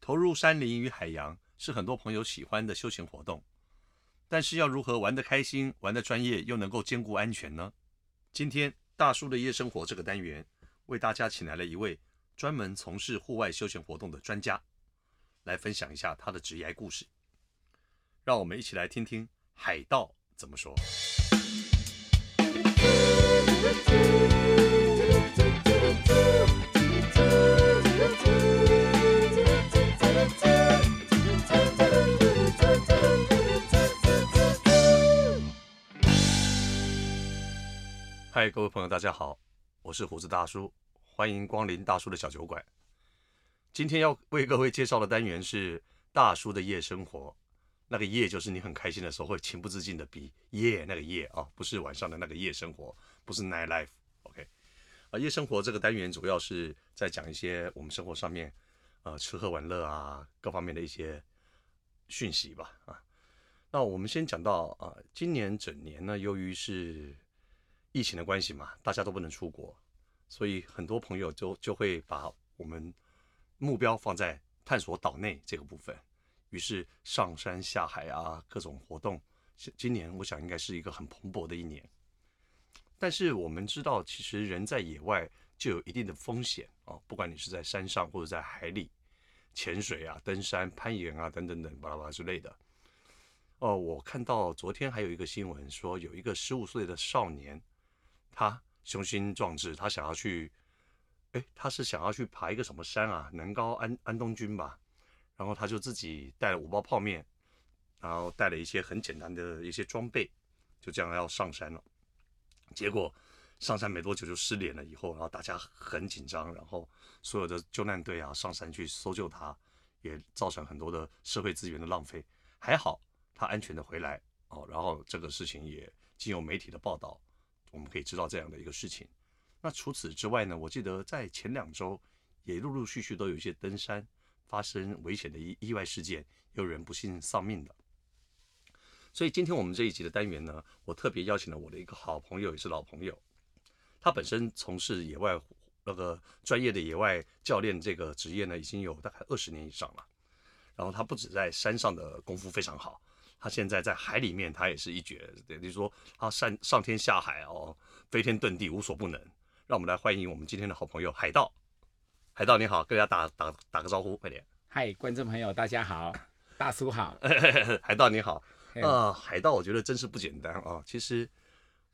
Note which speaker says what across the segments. Speaker 1: 投入山林与海洋是很多朋友喜欢的休闲活动，但是要如何玩得开心、玩得专业，又能够兼顾安全呢？今天大叔的夜生活这个单元，为大家请来了一位专门从事户外休闲活动的专家，来分享一下他的职业故事。让我们一起来听听海盗怎么说。嗨，各位朋友，大家好，我是胡子大叔，欢迎光临大叔的小酒馆。今天要为各位介绍的单元是大叔的夜生活。那个夜就是你很开心的时候会情不自禁的比夜那个夜啊，不是晚上的那个夜生活，不是 night life。OK，啊，夜生活这个单元主要是在讲一些我们生活上面，呃，吃喝玩乐啊，各方面的一些讯息吧。啊，那我们先讲到啊，今年整年呢，由于是疫情的关系嘛，大家都不能出国，所以很多朋友就就会把我们目标放在探索岛内这个部分。于是上山下海啊，各种活动。今今年我想应该是一个很蓬勃的一年。但是我们知道，其实人在野外就有一定的风险啊、哦，不管你是在山上或者在海里，潜水啊、登山、攀岩啊等等等，巴拉巴拉之类的。哦，我看到昨天还有一个新闻说，有一个十五岁的少年，他雄心壮志，他想要去，哎，他是想要去爬一个什么山啊？南高安安东军吧？然后他就自己带了五包泡面，然后带了一些很简单的一些装备，就这样要上山了。结果上山没多久就失联了，以后然后大家很紧张，然后所有的救难队啊上山去搜救他，也造成很多的社会资源的浪费。还好他安全的回来哦，然后这个事情也经由媒体的报道，我们可以知道这样的一个事情。那除此之外呢，我记得在前两周也陆陆续续都有一些登山。发生危险的意意外事件，也有人不幸丧命的。所以今天我们这一集的单元呢，我特别邀请了我的一个好朋友，也是老朋友，他本身从事野外那个专业的野外教练这个职业呢，已经有大概二十年以上了。然后他不止在山上的功夫非常好，他现在在海里面他也是一绝，等于说他上上天下海哦，飞天遁地无所不能。让我们来欢迎我们今天的好朋友海盗。海盗你好，跟大家打打打个招呼，快点。
Speaker 2: 嗨，观众朋友，大家好，大叔好。
Speaker 1: 海盗你好，
Speaker 2: 嘿
Speaker 1: 啊，海盗我觉得真是不简单啊。其实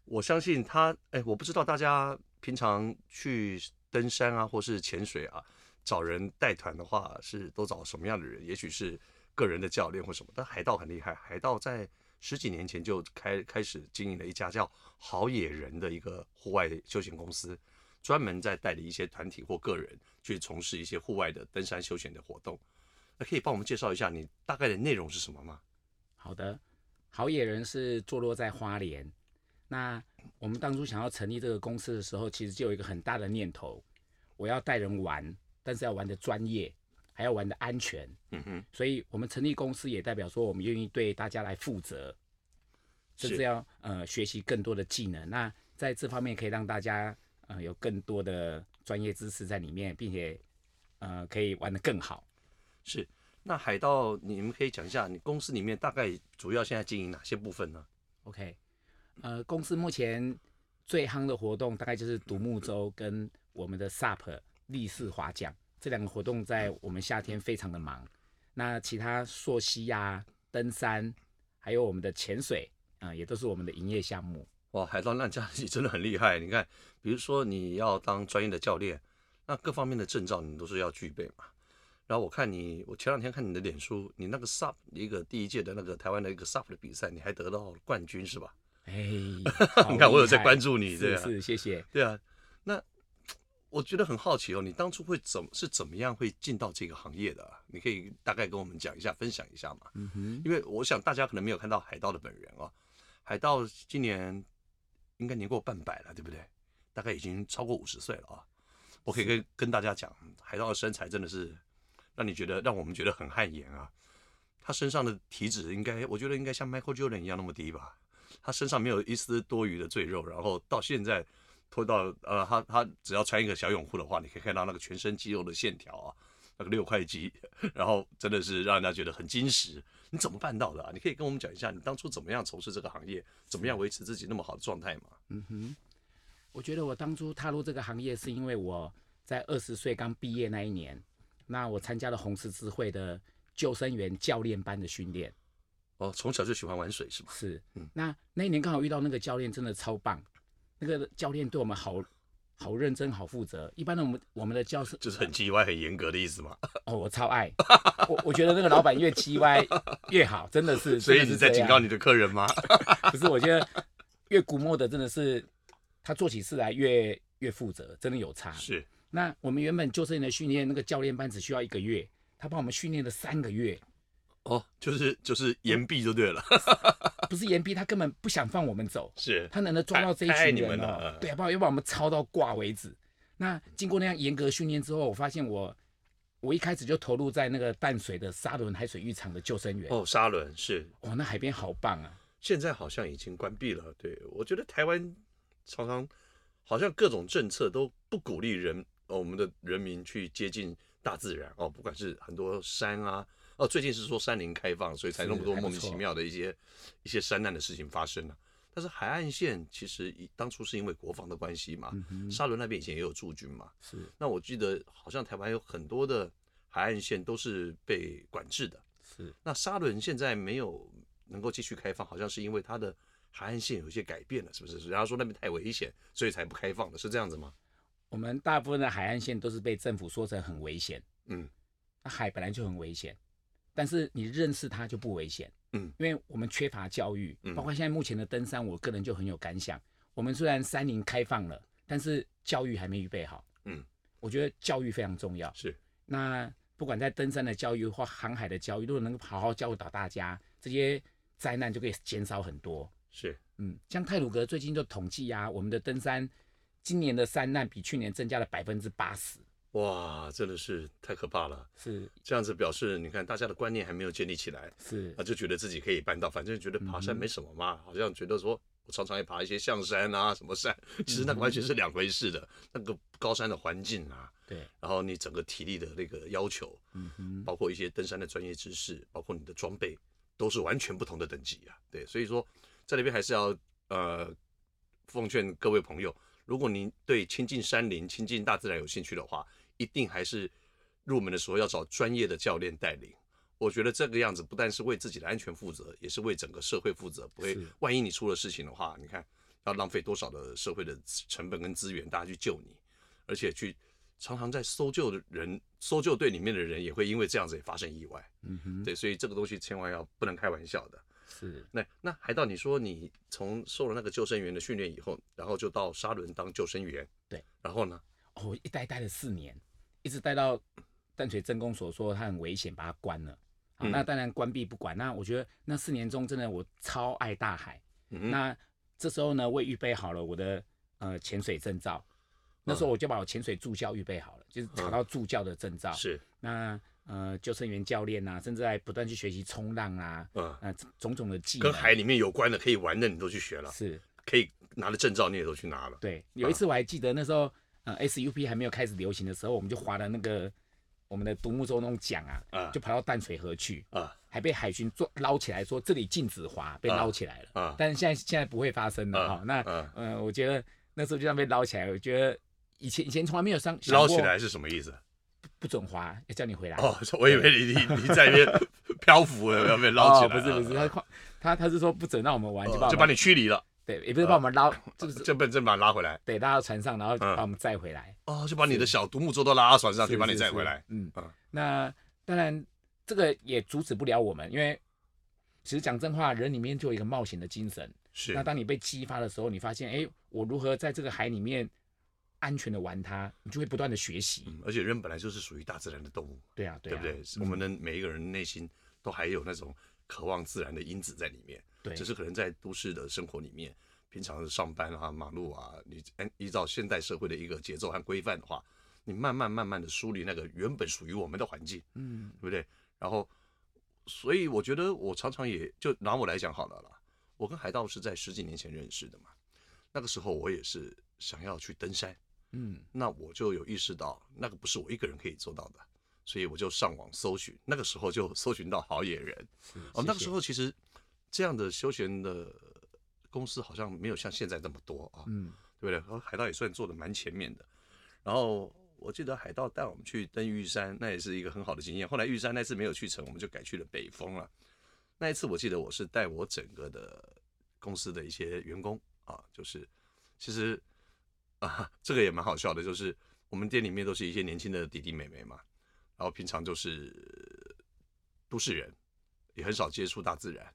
Speaker 1: 我相信他，哎，我不知道大家平常去登山啊，或是潜水啊，找人带团的话是都找什么样的人？也许是个人的教练或什么，但海盗很厉害。海盗在十几年前就开开始经营了一家叫好野人的一个户外休闲公司，专门在带领一些团体或个人去从事一些户外的登山休闲的活动。那可以帮我们介绍一下你大概的内容是什么吗？
Speaker 2: 好的，好野人是坐落在花莲。那我们当初想要成立这个公司的时候，其实就有一个很大的念头，我要带人玩，但是要玩的专业，还要玩的安全。
Speaker 1: 嗯哼，
Speaker 2: 所以我们成立公司也代表说，我们愿意对大家来负责，
Speaker 1: 是
Speaker 2: 甚至要呃学习更多的技能。那在这方面可以让大家呃有更多的专业知识在里面，并且呃可以玩得更好。
Speaker 1: 是。那海盗，你们可以讲一下，你公司里面大概主要现在经营哪些部分呢？
Speaker 2: OK，呃，公司目前最夯的活动大概就是独木舟跟我们的 SUP 立式划桨这两个活动，在我们夏天非常的忙。那其他溯溪呀、登山，还有我们的潜水啊、呃也都是我们的营业项目。
Speaker 1: 哇，海盗，那家里真的很厉害。你看，比如说你要当专业的教练，那各方面的证照你都是要具备嘛。然后我看你，我前两天看你的脸书，你那个 SUP 一个第一届的那个台湾的一个 SUP 的比赛，你还得到冠军是吧？
Speaker 2: 哎
Speaker 1: ，你看
Speaker 2: 好
Speaker 1: 我有在
Speaker 2: 厉害
Speaker 1: 关注你对
Speaker 2: 是
Speaker 1: 啊
Speaker 2: 是，谢谢。
Speaker 1: 对啊，那我觉得很好奇哦，你当初会怎么是怎么样会进到这个行业的啊、你可以大概跟我们讲一下，分享一下嘛？
Speaker 2: 嗯哼，
Speaker 1: 因为我想大家可能没有看到海盗的本人哦，海盗今年应该年过半百了，对不对？大概已经超过五十岁了啊。我可以跟跟大家讲，海盗的身材真的是让你觉得让我们觉得很汗颜啊。他身上的体脂应该，我觉得应该像 Michael Jordan 一样那么低吧。他身上没有一丝多余的赘肉，然后到现在脱到呃，他他只要穿一个小泳裤的话，你可以看到那个全身肌肉的线条啊，那个六块肌，然后真的是让人家觉得很矜持。你怎么办到的、啊？你可以跟我们讲一下，你当初怎么样从事这个行业，怎么样维持自己那么好的状态吗？
Speaker 2: 嗯哼，我觉得我当初踏入这个行业是因为我在二十岁刚毕业那一年，那我参加了红十字会的救生员教练班的训练。
Speaker 1: 哦，从小就喜欢玩水是吗？
Speaker 2: 是
Speaker 1: 嗯，
Speaker 2: 那那一年刚好遇到那个教练，真的超棒。那个教练对我们好好认真、好负责。一般的我们我们的教师
Speaker 1: 就是很叽歪、很严格的意 思嘛。
Speaker 2: 哦，我超爱我，我觉得那个老板越 叽歪越好，真的是。
Speaker 1: 所以
Speaker 2: 真的
Speaker 1: 你
Speaker 2: 是
Speaker 1: 在
Speaker 2: 这
Speaker 1: 警
Speaker 2: 样
Speaker 1: 告你的客人吗？
Speaker 2: 可是我觉得越古默的真的是他做起事来越越负责，真的有差。
Speaker 1: 是
Speaker 2: 那我们原本救生员的训练，那个教练班只需要一个月，他帮我们训练了三个月，
Speaker 1: 哦，就是就是岩壁就对了。
Speaker 2: 不是岩壁，他根本不想放我们走。
Speaker 1: 是
Speaker 2: 他能够抓到这一
Speaker 1: 太太爱
Speaker 2: 群
Speaker 1: 你
Speaker 2: 人
Speaker 1: 们了
Speaker 2: 哦
Speaker 1: 嗯，
Speaker 2: 对，要不然要把我们操到挂为止。那经过那样严格训练之后，我发现我，我一开始就投入在那个淡水的沙仑海水浴场的救生员。
Speaker 1: 哦，沙轮是
Speaker 2: 哇，那海边好棒啊！
Speaker 1: 现在好像已经关闭了。对我觉得台湾常常好像各种政策都不鼓励人，呃，我们的人民去接近大自然哦，不管是很多山啊，哦，最近是说山林开放，所以才那么多
Speaker 2: 是还不
Speaker 1: 莫
Speaker 2: 错
Speaker 1: 名其妙的一些一些山难的事情发生了、但是海岸线其实以当初是因为国防的关系嘛，
Speaker 2: 嗯哼，
Speaker 1: 沙伦那边以前也有驻军嘛，
Speaker 2: 是
Speaker 1: 那我记得好像台湾有很多的海岸线都是被管制的。
Speaker 2: 是，
Speaker 1: 那沙伦现在没有能够继续开放，好像是因为它的海岸线有一些改变了，是不是？人家说那边太危险，所以才不开放的，是这样子吗？
Speaker 2: 我们大部分的海岸线都是被政府说成很危险。
Speaker 1: 嗯，
Speaker 2: 那海本来就很危险，但是你认识它就不危险。
Speaker 1: 嗯，
Speaker 2: 因为我们缺乏教育，
Speaker 1: 嗯
Speaker 2: 包括现在目前的登山，我个人就很有感想。我们虽然山林开放了，但是教育还没预备好。
Speaker 1: 嗯，
Speaker 2: 我觉得教育非常重要。
Speaker 1: 是
Speaker 2: 那不管在登山的教育或航海的教育，如果能够好好教导大家，这些灾难就可以减少很多。
Speaker 1: 是，
Speaker 2: 嗯，像泰鲁格最近就统计啊，我们的登山今年的山难比去年增加了百分之八十，
Speaker 1: 哇，真的是太可怕了！
Speaker 2: 是
Speaker 1: 这样子表示，你看大家的观念还没有建立起来
Speaker 2: 是
Speaker 1: 啊，就觉得自己可以办到，反正觉得爬山
Speaker 2: 嗯哼
Speaker 1: 没什么嘛，好像觉得说。我常常也爬一些象山啊，什么山，其实那个完全是两回事的。那个高山的环境啊，
Speaker 2: 对，
Speaker 1: 然后你整个体力的那个要求，
Speaker 2: 嗯哼，
Speaker 1: 包括一些登山的专业知识，包括你的装备，都是完全不同的等级啊。对，所以说在那边还是要呃奉劝各位朋友，如果您对亲近山林、亲近大自然有兴趣的话，一定还是入门的时候要找专业的教练带领。我觉得这个样子不但是为自己的安全负责，也是为整个社会负责。不会
Speaker 2: 是，
Speaker 1: 万一你出了事情的话，你看要浪费多少的社会的成本跟资源，大家去救你。而且去常常在搜救的人、搜救队里面的人也会因为这样子也发生意外。
Speaker 2: 嗯哼，
Speaker 1: 对，所以这个东西千万要不能开玩笑的。
Speaker 2: 是
Speaker 1: 那那海盗，你说你从受了那个救生员的训练以后，然后就到沙伦当救生员，
Speaker 2: 对，
Speaker 1: 然后呢？
Speaker 2: 哦，我一待待了四年，一直待到淡水镇公所说它很危险，把它关了。好，
Speaker 1: 嗯
Speaker 2: 那当然关闭不管。那我觉得那四年中，真的我超爱大海。
Speaker 1: 嗯
Speaker 2: 那这时候呢，我也预备好了我的呃潜水证照。那
Speaker 1: 嗯
Speaker 2: 时候我就把我潜水助教预备好了，就是查到助教的证照。
Speaker 1: 是，
Speaker 2: 那呃救生员教练啊，甚至还不断去学习冲浪啊，
Speaker 1: 嗯，
Speaker 2: 呃种种的技能。
Speaker 1: 跟海里面有关的可以玩的你都去学了，啊
Speaker 2: 是
Speaker 1: 可以拿的证照你也都去拿了。
Speaker 2: 对，有一次我还记得那时候，呃，SUP 还没有开始流行的时候，我们就划了那个我们的独木舟那种桨啊，
Speaker 1: 啊
Speaker 2: 就跑到淡水河去，
Speaker 1: 啊
Speaker 2: 还被海巡做捞起来说这里禁止划，被
Speaker 1: 啊
Speaker 2: 捞起来了。
Speaker 1: 啊，
Speaker 2: 但是现在现在不会发生了
Speaker 1: 啊
Speaker 2: 哈。那
Speaker 1: 啊
Speaker 2: 呃，我觉得那时候就这样被捞起来，我觉得以前以前从来没有上
Speaker 1: 捞起来是什么意 思？
Speaker 2: 不准划，要叫你回来。
Speaker 1: 哦，我以为你你你在那边 漂浮了，要被捞起来
Speaker 2: 哦不是
Speaker 1: 了
Speaker 2: 不是，他夸他他是说不准让我们玩，就把
Speaker 1: 哦
Speaker 2: 我
Speaker 1: 就把
Speaker 2: 们
Speaker 1: 你驱离了，
Speaker 2: 对，也不是把我们 捞，就是
Speaker 1: 呃就被正把你拉回来。
Speaker 2: 得拉到船上，然后
Speaker 1: 嗯
Speaker 2: 把我们载回来。
Speaker 1: 哦，就把你的小独木舟都拉到船上去，
Speaker 2: 是
Speaker 1: 把你
Speaker 2: 是
Speaker 1: 载
Speaker 2: 是
Speaker 1: 回来。
Speaker 2: 嗯
Speaker 1: 啊，
Speaker 2: 那当然这个也阻止不了我们，因为其实讲真话，人里面就有一个冒险的精神。
Speaker 1: 是
Speaker 2: 那当你被激发的时候，你发现，哎，我如何在这个海里面安全的玩它，你就会不断的学习。
Speaker 1: 嗯而且人本来就是属于大自然的动物，
Speaker 2: 对啊，
Speaker 1: 对
Speaker 2: 啊，
Speaker 1: 不对？我们的每一个人内心都还有那种渴望自然的因子在里面，
Speaker 2: 对，
Speaker 1: 只是可能在都市的生活里面，平常的上班啊、马路啊，你按依照现代社会的一个节奏和规范的话，你慢慢慢慢的梳理那个原本属于我们的环境，
Speaker 2: 嗯
Speaker 1: 对不对？然后，所以我觉得我常常也就拿我来讲好了啦。我跟海盗是在十几年前认识的嘛，那个时候我也是想要去登山，
Speaker 2: 嗯
Speaker 1: 那我就有意识到，那个不是我一个人可以做到的，所以我就上网搜寻，那个时候就搜寻到好野人。
Speaker 2: 是
Speaker 1: 哦，那个
Speaker 2: 谢谢
Speaker 1: 时候其实这样的休闲的公司好像没有像现在这么多啊，
Speaker 2: 嗯
Speaker 1: 对不对？和海盗也算做的蛮前面的。然后我记得海盗带我们去登玉山，那也是一个很好的经验。后来玉山那次没有去成，我们就改去了北峰了。那一次我记得我是带我整个的公司的一些员工啊，就是其实啊，这个也蛮好笑的，就是我们店里面都是一些年轻的弟弟妹妹嘛，然后平常就是都市人，也很少接触大自然。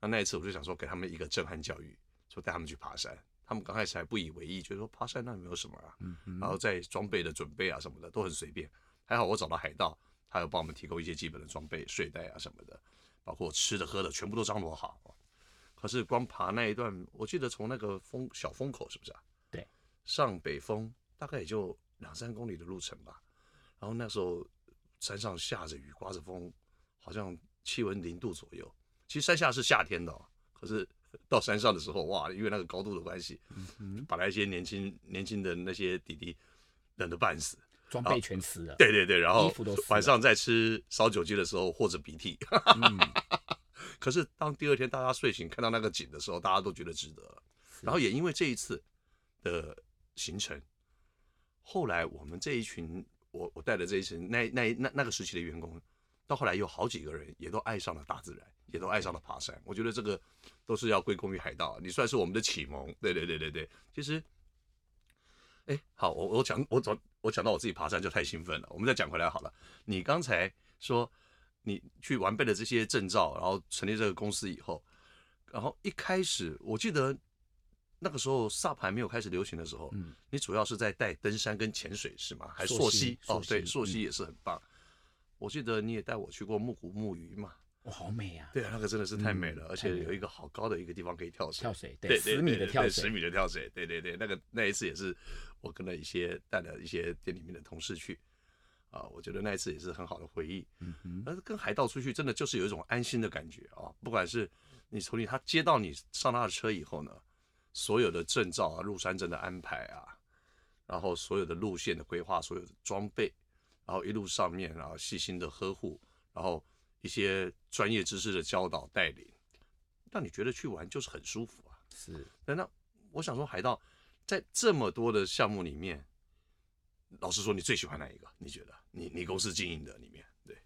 Speaker 1: 那那一次我就想说给他们一个震撼教育，就带他们去爬山。他们刚开始还不以为意，觉得说爬山那没有什么啊，
Speaker 2: 嗯嗯
Speaker 1: 然后在装备的准备啊什么的都很随便。还好我找到海盗，他有帮我们提供一些基本的装备、睡袋啊什么的，包括吃的喝的全部都张罗好。可是光爬那一段，我记得从那个风小风口是不是啊？
Speaker 2: 对，
Speaker 1: 上北峰大概也就两三公里的路程吧。然后那时候山上下着雨，刮着风，好像气温零度左右。其实山下是夏天的、哦，可是 到山上的时候，哇，因为那个高度的关系，
Speaker 2: 嗯，
Speaker 1: 把那些年轻年轻的那些弟弟冷得半死。
Speaker 2: 装备全湿了，
Speaker 1: 啊对对对，然
Speaker 2: 衣
Speaker 1: 后
Speaker 2: 服都湿了
Speaker 1: 晚上在吃烧酒鸡的时候或者鼻涕。
Speaker 2: 嗯，
Speaker 1: 可是当第二天大家睡醒看到那个景的时候，大家都觉得值得了。然后也因为这一次的行程，后来我们这一群我我带的这一群那那那那个时期的员工，到后来有好几个人也都爱上了大自然，也都爱上了爬山。我觉得这个都是要归功于海盗，你算是我们的启蒙。对对对对对，其实。哎，好，我我讲我讲我讲到我自己爬山就太兴奋了，我们再讲回来好了。你刚才说你去完备了这些证照，然后成立这个公司以后，然后一开始我记得那个时候 SUP 还没有开始流行的时候，
Speaker 2: 嗯
Speaker 1: 你主要是在带登山跟潜水是吗？还是
Speaker 2: 溯
Speaker 1: 溯
Speaker 2: 溪
Speaker 1: 溪？
Speaker 2: 溯
Speaker 1: 哦，对，
Speaker 2: 溪嗯
Speaker 1: 溯溪也是很棒。我记得你也带我去过木谷木鱼嘛，
Speaker 2: 哇，好美啊！
Speaker 1: 对啊，那个真的是太美了，
Speaker 2: 嗯
Speaker 1: 而
Speaker 2: 太
Speaker 1: 且
Speaker 2: 美
Speaker 1: 有一个好高的一个地方可以跳水
Speaker 2: 跳。水，对，十米的跳
Speaker 1: 对十
Speaker 2: 水，
Speaker 1: 米的跳水，对对对，那个那一次也是我跟了一些带了一些店里面的同事去，啊，我觉得那一次也是很好的回忆。
Speaker 2: 嗯哼，
Speaker 1: 但是跟海盗出去，真的就是有一种安心的感觉啊！不管是你从你他接到你上他的车以后呢，所有的证照啊、入山证的安排啊，然后所有的路线的规划、所有的装备，然后一路上面然后细心的呵护，然后一些专业知识的教导带领，让你觉得去玩就是很舒服啊。
Speaker 2: 是
Speaker 1: 那那我想说，海盗在这么多的项目里面，老实说，你最喜欢哪一个？你觉得你你公司经营的里面，对？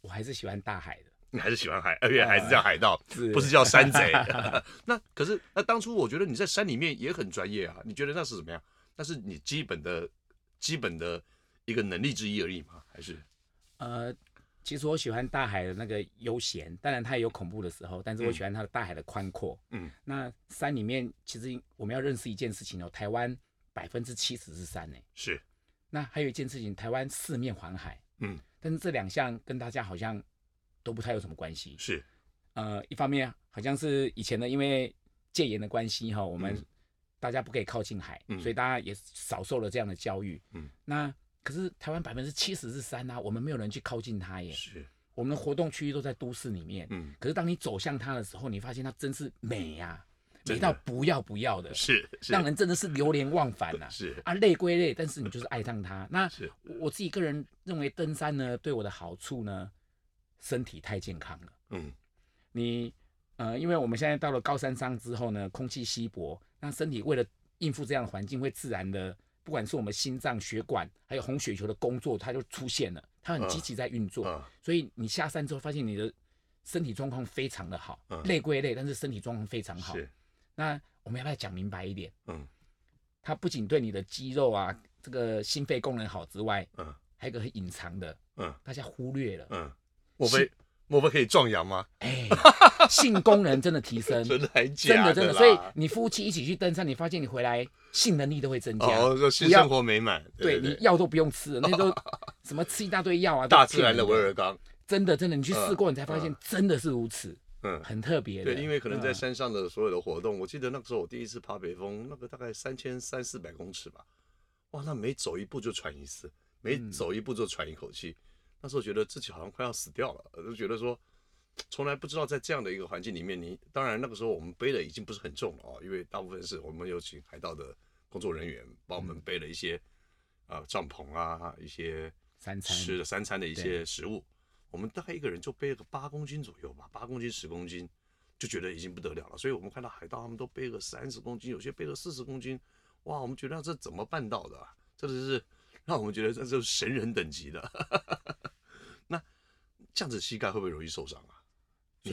Speaker 2: 我还是喜欢大海的，
Speaker 1: 你还是喜欢海，而且还是叫海盗，
Speaker 2: 是
Speaker 1: 不是叫 山贼。 那可是那当初我觉得你在山里面也很专业啊，你觉得那是怎么样？那是你基本的、基本的一个能力之一而已吗？还是
Speaker 2: 呃，其实我喜欢大海的那个悠闲，当然它也有恐怖的时候，但是我喜欢它的大海的宽阔。
Speaker 1: 嗯，
Speaker 2: 那山里面其实我们要认识一件事情哦，台湾百分之七十是山呢。欸
Speaker 1: 是
Speaker 2: 那还有一件事情，台湾四面环海，
Speaker 1: 嗯，
Speaker 2: 但是这两项跟大家好像都不太有什么关系。
Speaker 1: 是
Speaker 2: 呃，一方面好像是以前的因为戒严的关系哈，我们
Speaker 1: 嗯
Speaker 2: 大家不可以靠近海，
Speaker 1: 嗯
Speaker 2: 所以大家也少受了这样的教育。
Speaker 1: 嗯，
Speaker 2: 那可是台湾百分之七十是山啊，我们没有人去靠近它耶。
Speaker 1: 是，
Speaker 2: 我们的活动区域都在都市里面，
Speaker 1: 嗯，
Speaker 2: 可是当你走向它的时候，你发现它真是美呀、
Speaker 1: 真
Speaker 2: 美
Speaker 1: 的
Speaker 2: 到不要不要的，
Speaker 1: 是是
Speaker 2: 让人真的是流连忘返呐、
Speaker 1: 是
Speaker 2: 啊，累归累，但是你就是爱上它。那
Speaker 1: 是
Speaker 2: 我我自己个人认为，登山呢对我的好处呢，身体太健康了。
Speaker 1: 嗯
Speaker 2: 你呃，因为我们现在到了高山上之后呢，空气稀薄，那身体为了应付这样的环境，会自然的，不管是我们心脏血管还有红血球的工作，它就出现了，它很积极在运作。
Speaker 1: 啊
Speaker 2: 所以你下山之后，发现你的身体状况非常的好，
Speaker 1: 嗯
Speaker 2: 累归累，但是身体状况非常好。
Speaker 1: 是
Speaker 2: 那我们要不要讲明白一点？
Speaker 1: 嗯
Speaker 2: 它不仅对你的肌肉啊、这个心肺功能好之外，
Speaker 1: 嗯
Speaker 2: 还有一个很隐藏的，
Speaker 1: 嗯
Speaker 2: 大家忽略了，
Speaker 1: 嗯，莫非莫非可以壮阳吗？
Speaker 2: 哎，性功能真的提升，
Speaker 1: 真的还
Speaker 2: 真
Speaker 1: 假
Speaker 2: 的真
Speaker 1: 啦
Speaker 2: 的，所以你夫妻一起去登山，你发现你回来性能力都会增加，
Speaker 1: 哦，说新
Speaker 2: 不要
Speaker 1: 生活美满，
Speaker 2: 对
Speaker 1: 对
Speaker 2: 你药都不用吃了，那都什么吃一大堆药啊，都
Speaker 1: 大自然的
Speaker 2: 骗你
Speaker 1: 维尔钢，
Speaker 2: 真的真的，你去试
Speaker 1: 嗯
Speaker 2: 过，你才发现
Speaker 1: 嗯
Speaker 2: 真的是如此，
Speaker 1: 嗯。
Speaker 2: 很特别的。
Speaker 1: 对，因为可能在
Speaker 2: 嗯
Speaker 1: 山上的所有的活动，我记得那个时候我第一次爬北峰，那个大概三千三四百公尺吧，哇，那每走一步就喘一次，每
Speaker 2: 嗯
Speaker 1: 走一步就喘一口气。那时候觉得自己好像快要死掉了，呃就觉得说，从来不知道在这样的一个环境里面，你当然那个时候我们背的已经不是很重了啊、因为大部分是我们有请
Speaker 2: 嗯
Speaker 1: 海盗的工作人员帮我们背了一些啊、呃帐篷啊，一些
Speaker 2: 三餐
Speaker 1: 吃的三餐的一些
Speaker 2: 对
Speaker 1: 食物，我们大概一个人就背个八公斤左右吧，八公斤十公斤就觉得已经不得了了。所以我们看到海盗他们都背个三十公斤，有些背个四十公斤，哇，我们觉得这怎么办到的、啊？这就是让我们觉得这就是神人等级的。 那这样子膝盖会不会容易受伤啊？
Speaker 2: 所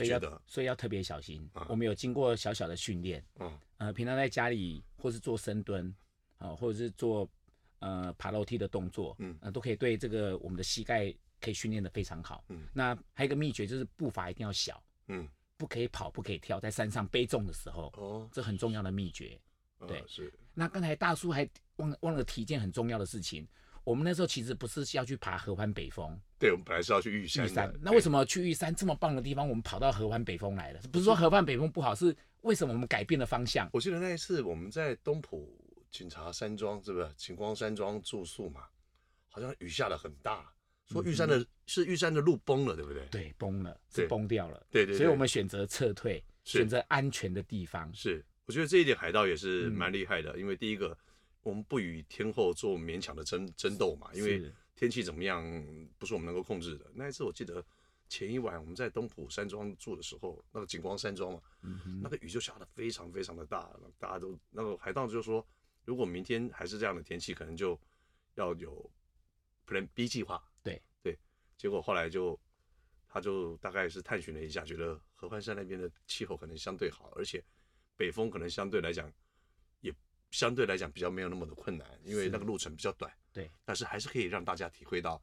Speaker 1: 你
Speaker 2: 以
Speaker 1: 觉
Speaker 2: 要
Speaker 1: 得？
Speaker 2: 所以要特别小心。
Speaker 1: 嗯
Speaker 2: 我们有经过小小的训练，
Speaker 1: 嗯
Speaker 2: 呃，平常在家里或是做深蹲，啊、或者是做呃爬楼梯的动作，
Speaker 1: 嗯
Speaker 2: 呃，都可以对这个我们的膝盖可以训练的非常好。
Speaker 1: 嗯
Speaker 2: 那还有一个秘诀就是步伐一定要小，
Speaker 1: 嗯，
Speaker 2: 不可以跑，不可以跳，在山上背重的时候，
Speaker 1: 哦，
Speaker 2: 这很重要的秘诀。
Speaker 1: 呃
Speaker 2: 对
Speaker 1: 是，
Speaker 2: 那刚才大叔还忘了忘了提一件很重要的事情，我们那时候其实不是要去爬合欢北峰
Speaker 1: 对我们本来是要去玉山
Speaker 2: 玉
Speaker 1: 的，
Speaker 2: 山，那
Speaker 1: 对
Speaker 2: 为什么去玉山这么棒的地方，我们跑到合欢北峰来了？不是说合欢北峰不好，是为什么我们改变了方向？
Speaker 1: 我记得那一次我们在东浦警察山庄，是不是晴光山庄住宿嘛？好像雨下的很大，说玉山的、是玉山的路崩了，对不对？，
Speaker 2: 嗯对，崩了，
Speaker 1: 对
Speaker 2: 是崩掉了。
Speaker 1: 对对对
Speaker 2: 所以我们选择撤退，
Speaker 1: 是
Speaker 2: 选择安全的地方。
Speaker 1: 是。我觉得这一点海盗也是
Speaker 2: 嗯
Speaker 1: 蛮厉害的，因为第一个，我们不与天后做勉强的争争斗嘛，因为
Speaker 2: 是
Speaker 1: 天气怎么样不是我们能够控制的。那一次我记得前一晚我们在东浦山庄住的时候，那个景光山庄嘛，
Speaker 2: 嗯哼
Speaker 1: 那个雨就下得非常非常的大，大家都那个海盗就说，如果明天还是这样的天气，可能就要有 Plan B 计划。
Speaker 2: 对
Speaker 1: 对，结果后来就他就大概是探寻了一下，觉得合欢山那边的气候可能相对好，而且北风可能相对来讲也相对来讲比较没有那么的困难，因为
Speaker 2: 是
Speaker 1: 那个路程比较短。
Speaker 2: 对，
Speaker 1: 但是还是可以让大家体会到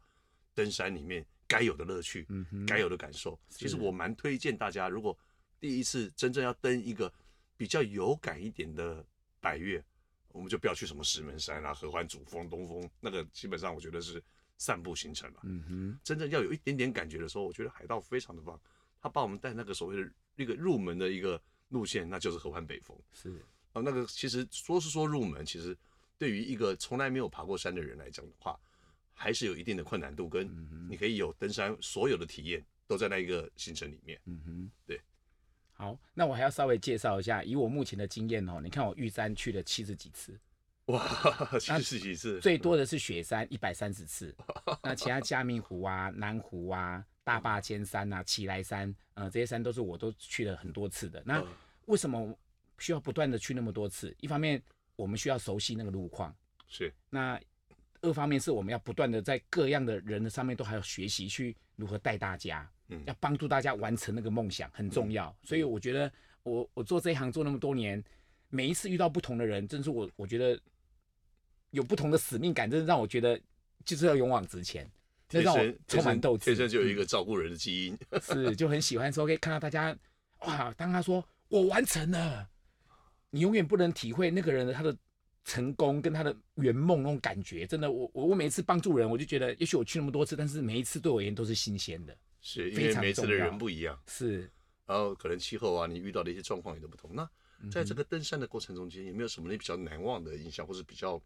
Speaker 1: 登山里面该有的乐趣。
Speaker 2: 嗯哼，
Speaker 1: 该有的感受。其实我蛮推荐大家，如果第一次真正要登一个比较有感一点的百越，我们就不要去什么石门山啦、合欢主峰、东峰，那个基本上我觉得是散步行程了。
Speaker 2: 嗯哼，
Speaker 1: 真正要有一点点感觉的时候，我觉得海盗非常的棒，他把我们带那个所谓的那个入门的一个路线，那就是合欢北峰。
Speaker 2: 是
Speaker 1: 啊，那个其实说是说入门，其实对于一个从来没有爬过山的人来讲的话，还是有一定的困难度，跟
Speaker 2: 嗯
Speaker 1: 你可以有登山所有的体验都在那一个行程里面。
Speaker 2: 嗯哼，
Speaker 1: 对。
Speaker 2: 好，那我还要稍微介绍一下，以我目前的经验哦，你看我玉山去了七十几次，
Speaker 1: 哇， 七十几次，
Speaker 2: 最多的是雪山一百三十次，那其他嘉明湖啊、南湖啊、大坝尖山啊、奇来山，呃，这些山都是我都去了很多次的。那
Speaker 1: 嗯
Speaker 2: 为什么需要不断的去那么多次？一方面我们需要熟悉那个路况，
Speaker 1: 是
Speaker 2: 那二方面是我们要不断的在各样的人的上面都还要学习去如何带大家，
Speaker 1: 嗯
Speaker 2: 要帮助大家完成那个梦想很重要。所以我觉得我我做这一行做那么多年，每一次遇到不同的人，真是我我觉得有不同的使命感，真的让我觉得就是要勇往直前，这
Speaker 1: 天
Speaker 2: 让我
Speaker 1: 生
Speaker 2: 充满斗志。嗯
Speaker 1: 天生就有一个照顾人的基因。
Speaker 2: 是就很喜欢说可以看到大家哇，当他说我完成了，你永远不能体会那个人的他的成功跟他的圆梦那种感觉。真的，我我我每一次帮助人，我就觉得也许我去那么多次，但是每一次对我而言都是新鲜的。
Speaker 1: 是因
Speaker 2: 非
Speaker 1: 为
Speaker 2: 常
Speaker 1: 每次的
Speaker 2: 重要
Speaker 1: 人不一样，
Speaker 2: 是，
Speaker 1: 然后可能气候啊，你遇到的一些状况也都不同。
Speaker 2: 嗯
Speaker 1: 那在这个登山的过程中间，有没有什么你比较难忘的印象，或是比较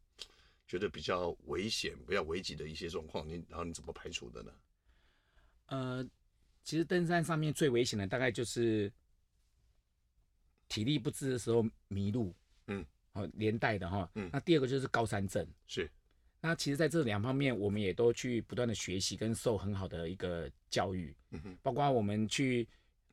Speaker 1: 觉得比较危险、比较危急的一些状况？你然后你怎么排除的呢？
Speaker 2: 呃，其实登山上面最危险的大概就是体力不支的时候迷路，
Speaker 1: 嗯，
Speaker 2: 哦，连带的哈、
Speaker 1: 嗯
Speaker 2: 那第二个就是高山症。
Speaker 1: 是
Speaker 2: 那其实，在这两方面，我们也都去不断的学习跟受很好的一个教育，
Speaker 1: 嗯哼
Speaker 2: 包括我们去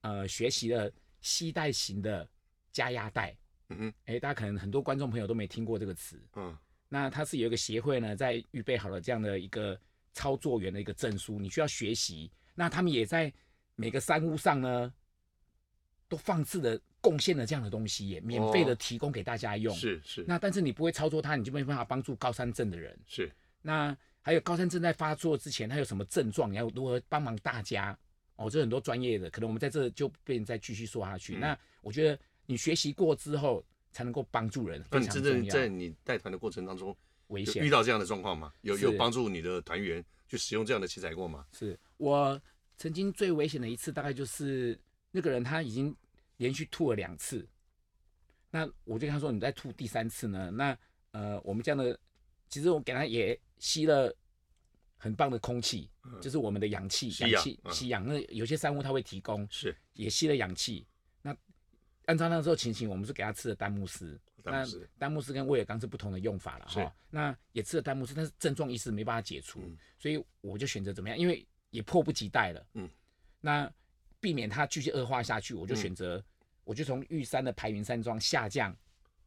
Speaker 2: 呃学习了膝带型的加压带，
Speaker 1: 嗯哼，
Speaker 2: 诶，大家可能很多观众朋友都没听过这个词。
Speaker 1: 嗯
Speaker 2: 那它是有一个协会呢，在预备好了这样的一个操作员的一个证书，你需要学习。那他们也在每个山屋上呢，都放置了贡献了这样的东西耶，也免费的
Speaker 1: 哦
Speaker 2: 提供给大家用。。
Speaker 1: 是是
Speaker 2: 那但是你不会操作它，你就没办法帮助高山症的人。
Speaker 1: 是
Speaker 2: 那还有高山症在发作之前，它有什么症状？你要如何帮忙大家？哦，这很多专业的，可能我们在这就不能再继续说下去。
Speaker 1: 嗯
Speaker 2: 那我觉得你学习过之后，才能够帮助人，
Speaker 1: 那
Speaker 2: 非
Speaker 1: 你
Speaker 2: 常
Speaker 1: 真
Speaker 2: 重
Speaker 1: 正
Speaker 2: 要。
Speaker 1: 在你带团的过程当中，
Speaker 2: 危
Speaker 1: 有
Speaker 2: 险
Speaker 1: 遇到这样的状况吗？有有
Speaker 2: 是
Speaker 1: 帮助你的团员去使用这样的器材过吗？
Speaker 2: 是我曾经最危险的一次，大概就是那个人他已经连续吐了两次，那我就跟他说：“你再吐第三次呢？”那呃，我们这样的，其实我给他也吸了很棒的空气，就是我们的氧气，
Speaker 1: 嗯吸
Speaker 2: 氧
Speaker 1: 氧
Speaker 2: 气
Speaker 1: 嗯
Speaker 2: 吸氧。那有些山屋它会提供，
Speaker 1: 是
Speaker 2: 也吸了氧气。那按照那时候情形，我们是给他吃了丹木斯，
Speaker 1: 丹木斯，
Speaker 2: 那丹木斯跟威尔刚是不同的用法了
Speaker 1: 是
Speaker 2: 哈。那也吃了丹木斯，但是症状一时没办法解除，
Speaker 1: 嗯
Speaker 2: 所以我就选择怎么样？因为也迫不及待了，
Speaker 1: 嗯，
Speaker 2: 那避免它继续恶化下去，我就
Speaker 1: 嗯
Speaker 2: 选择，我就从玉山的排云山庄下降，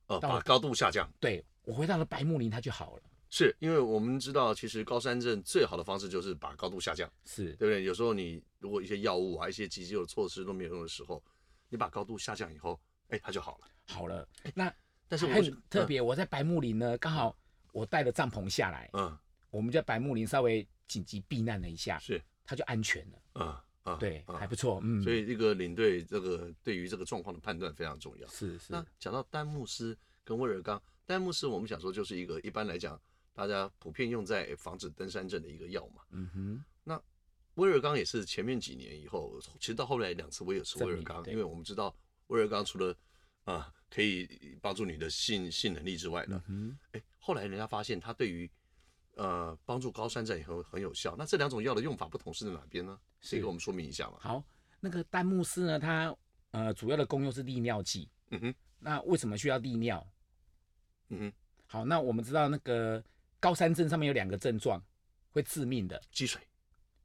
Speaker 1: 呃，
Speaker 2: 到
Speaker 1: 把高度下降，
Speaker 2: 对我回到了白木林，它就好了。
Speaker 1: 是因为我们知道，其实高山症最好的方式就是把高度下降，
Speaker 2: 是
Speaker 1: 对不对？有时候你如果一些药物啊、一些急救的措施都没有用的时候，你把高度下降以后，哎，它就好了。
Speaker 2: 好了，那
Speaker 1: 哎但是我
Speaker 2: 还
Speaker 1: 是嗯
Speaker 2: 很特，别，我在白木林呢，刚好我带了帐篷下来，
Speaker 1: 嗯，
Speaker 2: 我们在白木林稍微紧急避难了一下
Speaker 1: 嗯，是，
Speaker 2: 它就安全了，
Speaker 1: 嗯嗯，
Speaker 2: 对，
Speaker 1: 嗯
Speaker 2: 还不错，嗯，
Speaker 1: 所以这个领队这个对于这个状况的判断非常重要。
Speaker 2: 是是
Speaker 1: 那讲到丹木斯跟威尔刚，丹木斯我们想说就是一个一般来讲大家普遍用在防止登山症的一个药嘛。
Speaker 2: 嗯哼，
Speaker 1: 威尔刚也是前面几年以后，其实到后来两次我也有吃威尔
Speaker 2: 证明
Speaker 1: 刚，
Speaker 2: 对
Speaker 1: 因为我们知道威尔刚除了啊、呃可以帮助你的性性能力之外呢，
Speaker 2: 嗯
Speaker 1: 哎、后来人家发现它对于呃帮助高山症也很很有效。那这两种药的用法不同是在哪边呢？谁
Speaker 2: 是
Speaker 1: 给我们说明一下嘛？
Speaker 2: 好，那个丹木斯呢，它呃主要的功用是利尿剂。
Speaker 1: 嗯哼，
Speaker 2: 那为什么需要利尿？
Speaker 1: 嗯哼，
Speaker 2: 好，那我们知道那个高山症上面有两个症状会致命的，
Speaker 1: 积水。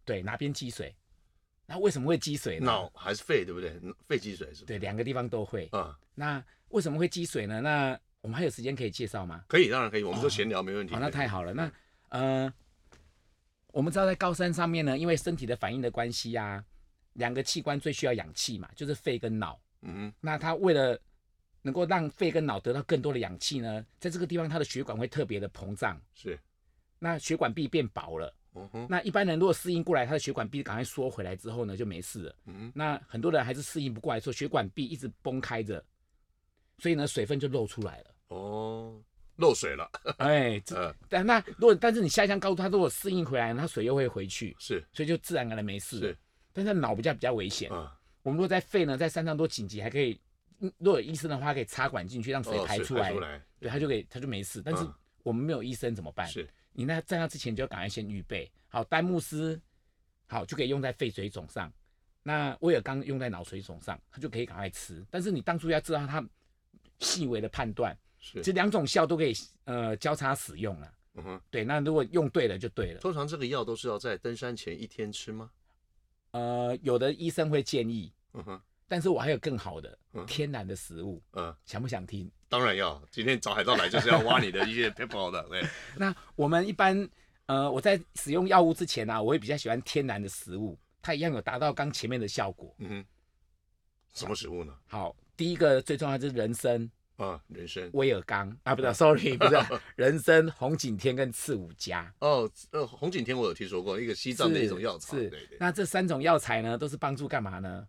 Speaker 2: 对，哪边积水？那为什么会积水呢？
Speaker 1: 脑还是肺，对不对？肺积水是不
Speaker 2: 对，
Speaker 1: 是？
Speaker 2: 两个地方都会。
Speaker 1: 啊、
Speaker 2: 那为什么会积水呢？那我们还有时间可以介绍吗？
Speaker 1: 可以，当然可以，我们就
Speaker 2: 哦
Speaker 1: 闲聊、没问题。
Speaker 2: 好，那太好了。那呃，我们知道在高山上面呢，因为身体的反应的关系呀、啊，两个器官最需要氧气嘛，就是肺跟脑。
Speaker 1: 嗯
Speaker 2: 那它为了能够让肺跟脑得到更多的氧气呢，在这个地方它的血管会特别的膨胀，
Speaker 1: 哼，是，
Speaker 2: 那血管壁变薄了。
Speaker 1: 嗯哼，
Speaker 2: 那一般人如果适应过来，他的血管壁赶快缩回来之后呢，就没事了。
Speaker 1: 嗯
Speaker 2: 那很多人还是适应不过来，说血管壁一直崩开着，所以呢，水分就漏出来 了。
Speaker 1: 哦，漏水了，
Speaker 2: 哎，这
Speaker 1: 呃，
Speaker 2: 但那如果但是你下降高度，它如果适应回来，它水又会回去，
Speaker 1: 是
Speaker 2: 所以就自然而然没事了
Speaker 1: 是。
Speaker 2: 但是脑比较比较危险。
Speaker 1: 啊，
Speaker 2: 我们如果在肺呢，在山上多紧急，还可以，嗯如果有医生的话，可以插管进去让水
Speaker 1: 哦
Speaker 2: 排出
Speaker 1: 出
Speaker 2: 来，
Speaker 1: 来，
Speaker 2: 对，他就可以他就没事。但是
Speaker 1: 嗯
Speaker 2: 我们没有医生怎么办？
Speaker 1: 是，
Speaker 2: 你那在那之前就要赶快先预备好丹木斯，好就可以用在肺水肿上。那威尔刚用在脑水肿上，它就可以赶快吃。但是你当初要知道它细微的判断，这
Speaker 1: 是，
Speaker 2: 两种效都可以呃交叉使用了。
Speaker 1: 嗯哼。
Speaker 2: 对，那如果用对了就对了。
Speaker 1: 通常这个药都是要在登山前一天吃吗？
Speaker 2: 呃，有的医生会建议，
Speaker 1: 嗯哼，
Speaker 2: 但是我还有更好的
Speaker 1: 嗯
Speaker 2: 天然的食物，
Speaker 1: 呃，
Speaker 2: 想不想听？
Speaker 1: 当然要，今天找海盗来就是要挖你的一些 people 的，哎对，
Speaker 2: 那我们一般呃，我在使用药物之前啊，我会比较喜欢天然的食物，它一样有达到刚前面的效果。
Speaker 1: 嗯哼，什么食物呢？
Speaker 2: 好，第一个最重要就是人参、
Speaker 1: 啊，人参。
Speaker 2: 威尔刚啊，不对，sorry，不是 人参、红景天跟刺五加。
Speaker 1: 哦，呃，红景天我有听说过，一个西藏的一种药草，
Speaker 2: 是
Speaker 1: 对对，
Speaker 2: 那这三种药材呢，都是帮助干嘛呢？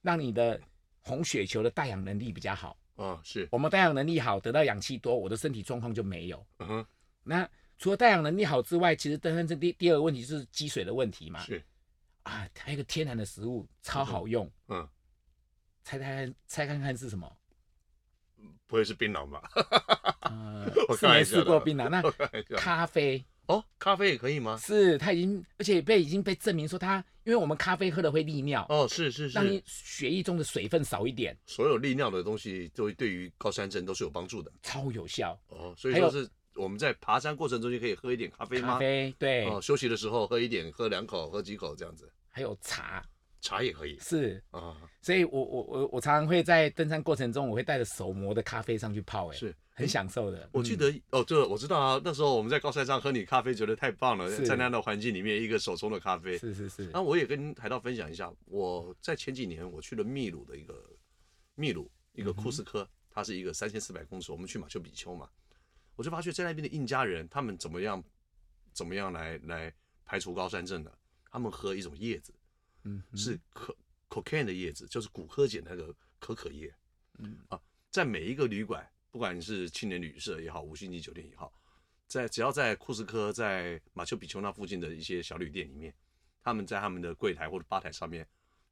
Speaker 2: 让你的红血球的带氧能力比较好。
Speaker 1: 啊，是，
Speaker 2: 我们带氧能力好，得到氧气多，我的身体状况就没有。
Speaker 1: 嗯哼，
Speaker 2: 那除了带氧能力好之外，其实登山这第第二个问题就是积水的问题嘛。
Speaker 1: 是，
Speaker 2: 啊，还有一个天然的食物超好用，
Speaker 1: 嗯，
Speaker 2: 猜猜看，猜看看是什么？
Speaker 1: 不会是槟榔 吧？
Speaker 2: 呃
Speaker 1: 我，
Speaker 2: 是
Speaker 1: 开玩笑
Speaker 2: 没试
Speaker 1: 的
Speaker 2: 过槟榔。那
Speaker 1: 我开玩笑
Speaker 2: 咖啡
Speaker 1: 哦，咖啡也可以吗？
Speaker 2: 是它已经，而且被已经被证明说它，因为我们咖啡喝了会利尿，
Speaker 1: 哦，是是
Speaker 2: 让你
Speaker 1: 是，
Speaker 2: 血液中的水分少一点，
Speaker 1: 所有利尿的东西都对于高山症都是有帮助的
Speaker 2: 超有效。
Speaker 1: 哦。所以
Speaker 2: 还
Speaker 1: 说
Speaker 2: 有
Speaker 1: 是我们在爬山过程中间可以喝一点咖啡吗？
Speaker 2: 咖啡对，
Speaker 1: 哦，休息的时候喝一点，喝两口，喝几口这样子，
Speaker 2: 还有茶
Speaker 1: 茶也可以
Speaker 2: 是，
Speaker 1: 啊。
Speaker 2: 所以我我我我常常会在登山过程中，我会带着手磨的咖啡上去泡、哎，
Speaker 1: 是
Speaker 2: 很享受的。嗯
Speaker 1: 我记得哦，这个我知道啊，那时候我们在高山上喝你咖啡，觉得太棒了，
Speaker 2: 是
Speaker 1: 在那样的环境里面，一个手冲的咖
Speaker 2: 嗯
Speaker 1: 啡。
Speaker 2: 是是是
Speaker 1: 那，我也跟海盗分享一下，我在前几年我去了秘鲁的一个秘鲁一个库斯科，它是一个三千四百公尺，我们去马丘比丘嘛，我就发觉在那边的印加人他们怎么样怎么样来来排除高山症的，他们喝一种叶子
Speaker 2: 嗯哼
Speaker 1: 是可 cocaine 的叶子，就是骨科碱那个可可叶，
Speaker 2: 嗯
Speaker 1: 啊，在每一个旅馆，不管是青年旅社也好，五星级酒店也好，在只要在库斯科、在马丘比丘那附近的一些小旅店里面，他们在他们的柜台或者吧台上面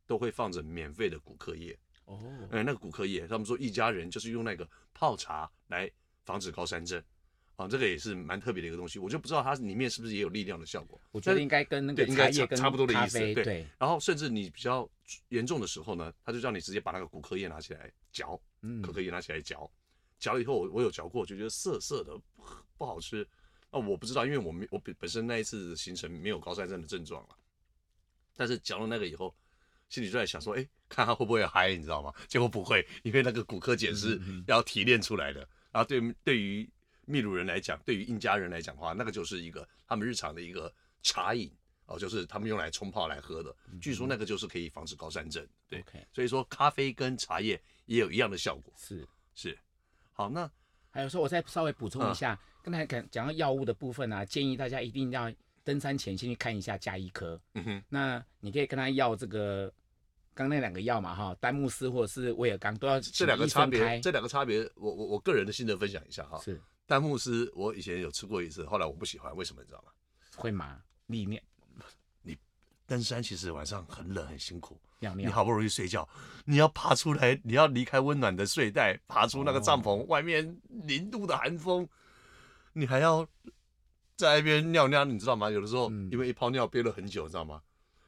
Speaker 1: 都会放着免费的骨科液。
Speaker 2: 哦，
Speaker 1: 呃，那个骨科液，他们说一家人就是用那个泡茶来防止高山症。啊，这个也是蛮特别的一个东西，我就不知道它里面是不是也有力量的效果。
Speaker 2: 我觉
Speaker 1: 但
Speaker 2: 得
Speaker 1: 是
Speaker 2: 应该跟那
Speaker 1: 对
Speaker 2: 个
Speaker 1: 应
Speaker 2: 茶
Speaker 1: 该
Speaker 2: 叶
Speaker 1: 差
Speaker 2: 跟
Speaker 1: 差不多的意
Speaker 2: 咖
Speaker 1: 思
Speaker 2: 啡
Speaker 1: 对
Speaker 2: 对，
Speaker 1: 然后甚至你比较严重的时候呢，他就叫你直接把那个骨科液拿起来嚼，
Speaker 2: 嗯
Speaker 1: 可可以拿起来嚼，嚼了以后，我我有嚼过，就觉得涩涩的，不不好吃。啊，我不知道，因为我没我本本身那一次行程没有高山症的症状了，但是嚼了那个以后，心里就在想说，哎，看他会不会嗨，你知道吗？结果不会，因为那个骨科碱是要提炼出来的。然后对对于秘鲁人来讲，对于印加人来讲的话，那个就是一个他们日常的一个茶饮哦，就是他们用来冲泡来喝的。据说那个就是可以防止高山症，对。
Speaker 2: ，OK，
Speaker 1: 所以说咖啡跟茶叶也有一样的效果。
Speaker 2: 是。
Speaker 1: 是，好，那
Speaker 2: 还有说，我再稍微补充
Speaker 1: 嗯
Speaker 2: 一下，刚才讲讲到药物的部分啊，建议大家一定要登山前先去看一下加医科。
Speaker 1: 嗯哼，
Speaker 2: 那你可以跟他要这个刚那两个药嘛，哈，丹木斯或者是威尔刚都要
Speaker 1: 这
Speaker 2: 请
Speaker 1: 两个
Speaker 2: 医
Speaker 1: 差
Speaker 2: 生
Speaker 1: 别，
Speaker 2: 开。
Speaker 1: 这两个差别，我我我个人的心得分享一下哈。
Speaker 2: 是
Speaker 1: 丹木斯，我以前有吃过一次，后来我不喜欢，为什么你知道吗？
Speaker 2: 会麻、利尿、
Speaker 1: 登山其实晚上很冷很辛苦，
Speaker 2: 尿
Speaker 1: 你
Speaker 2: 尿。
Speaker 1: 好不容易睡觉，你要爬出来，你要离开温暖的睡袋，爬出那个帐篷，外面零度的寒风，你还要在那边尿尿，你知道吗？有的时候
Speaker 2: 嗯
Speaker 1: 因为一泡尿憋了很久，你知道吗？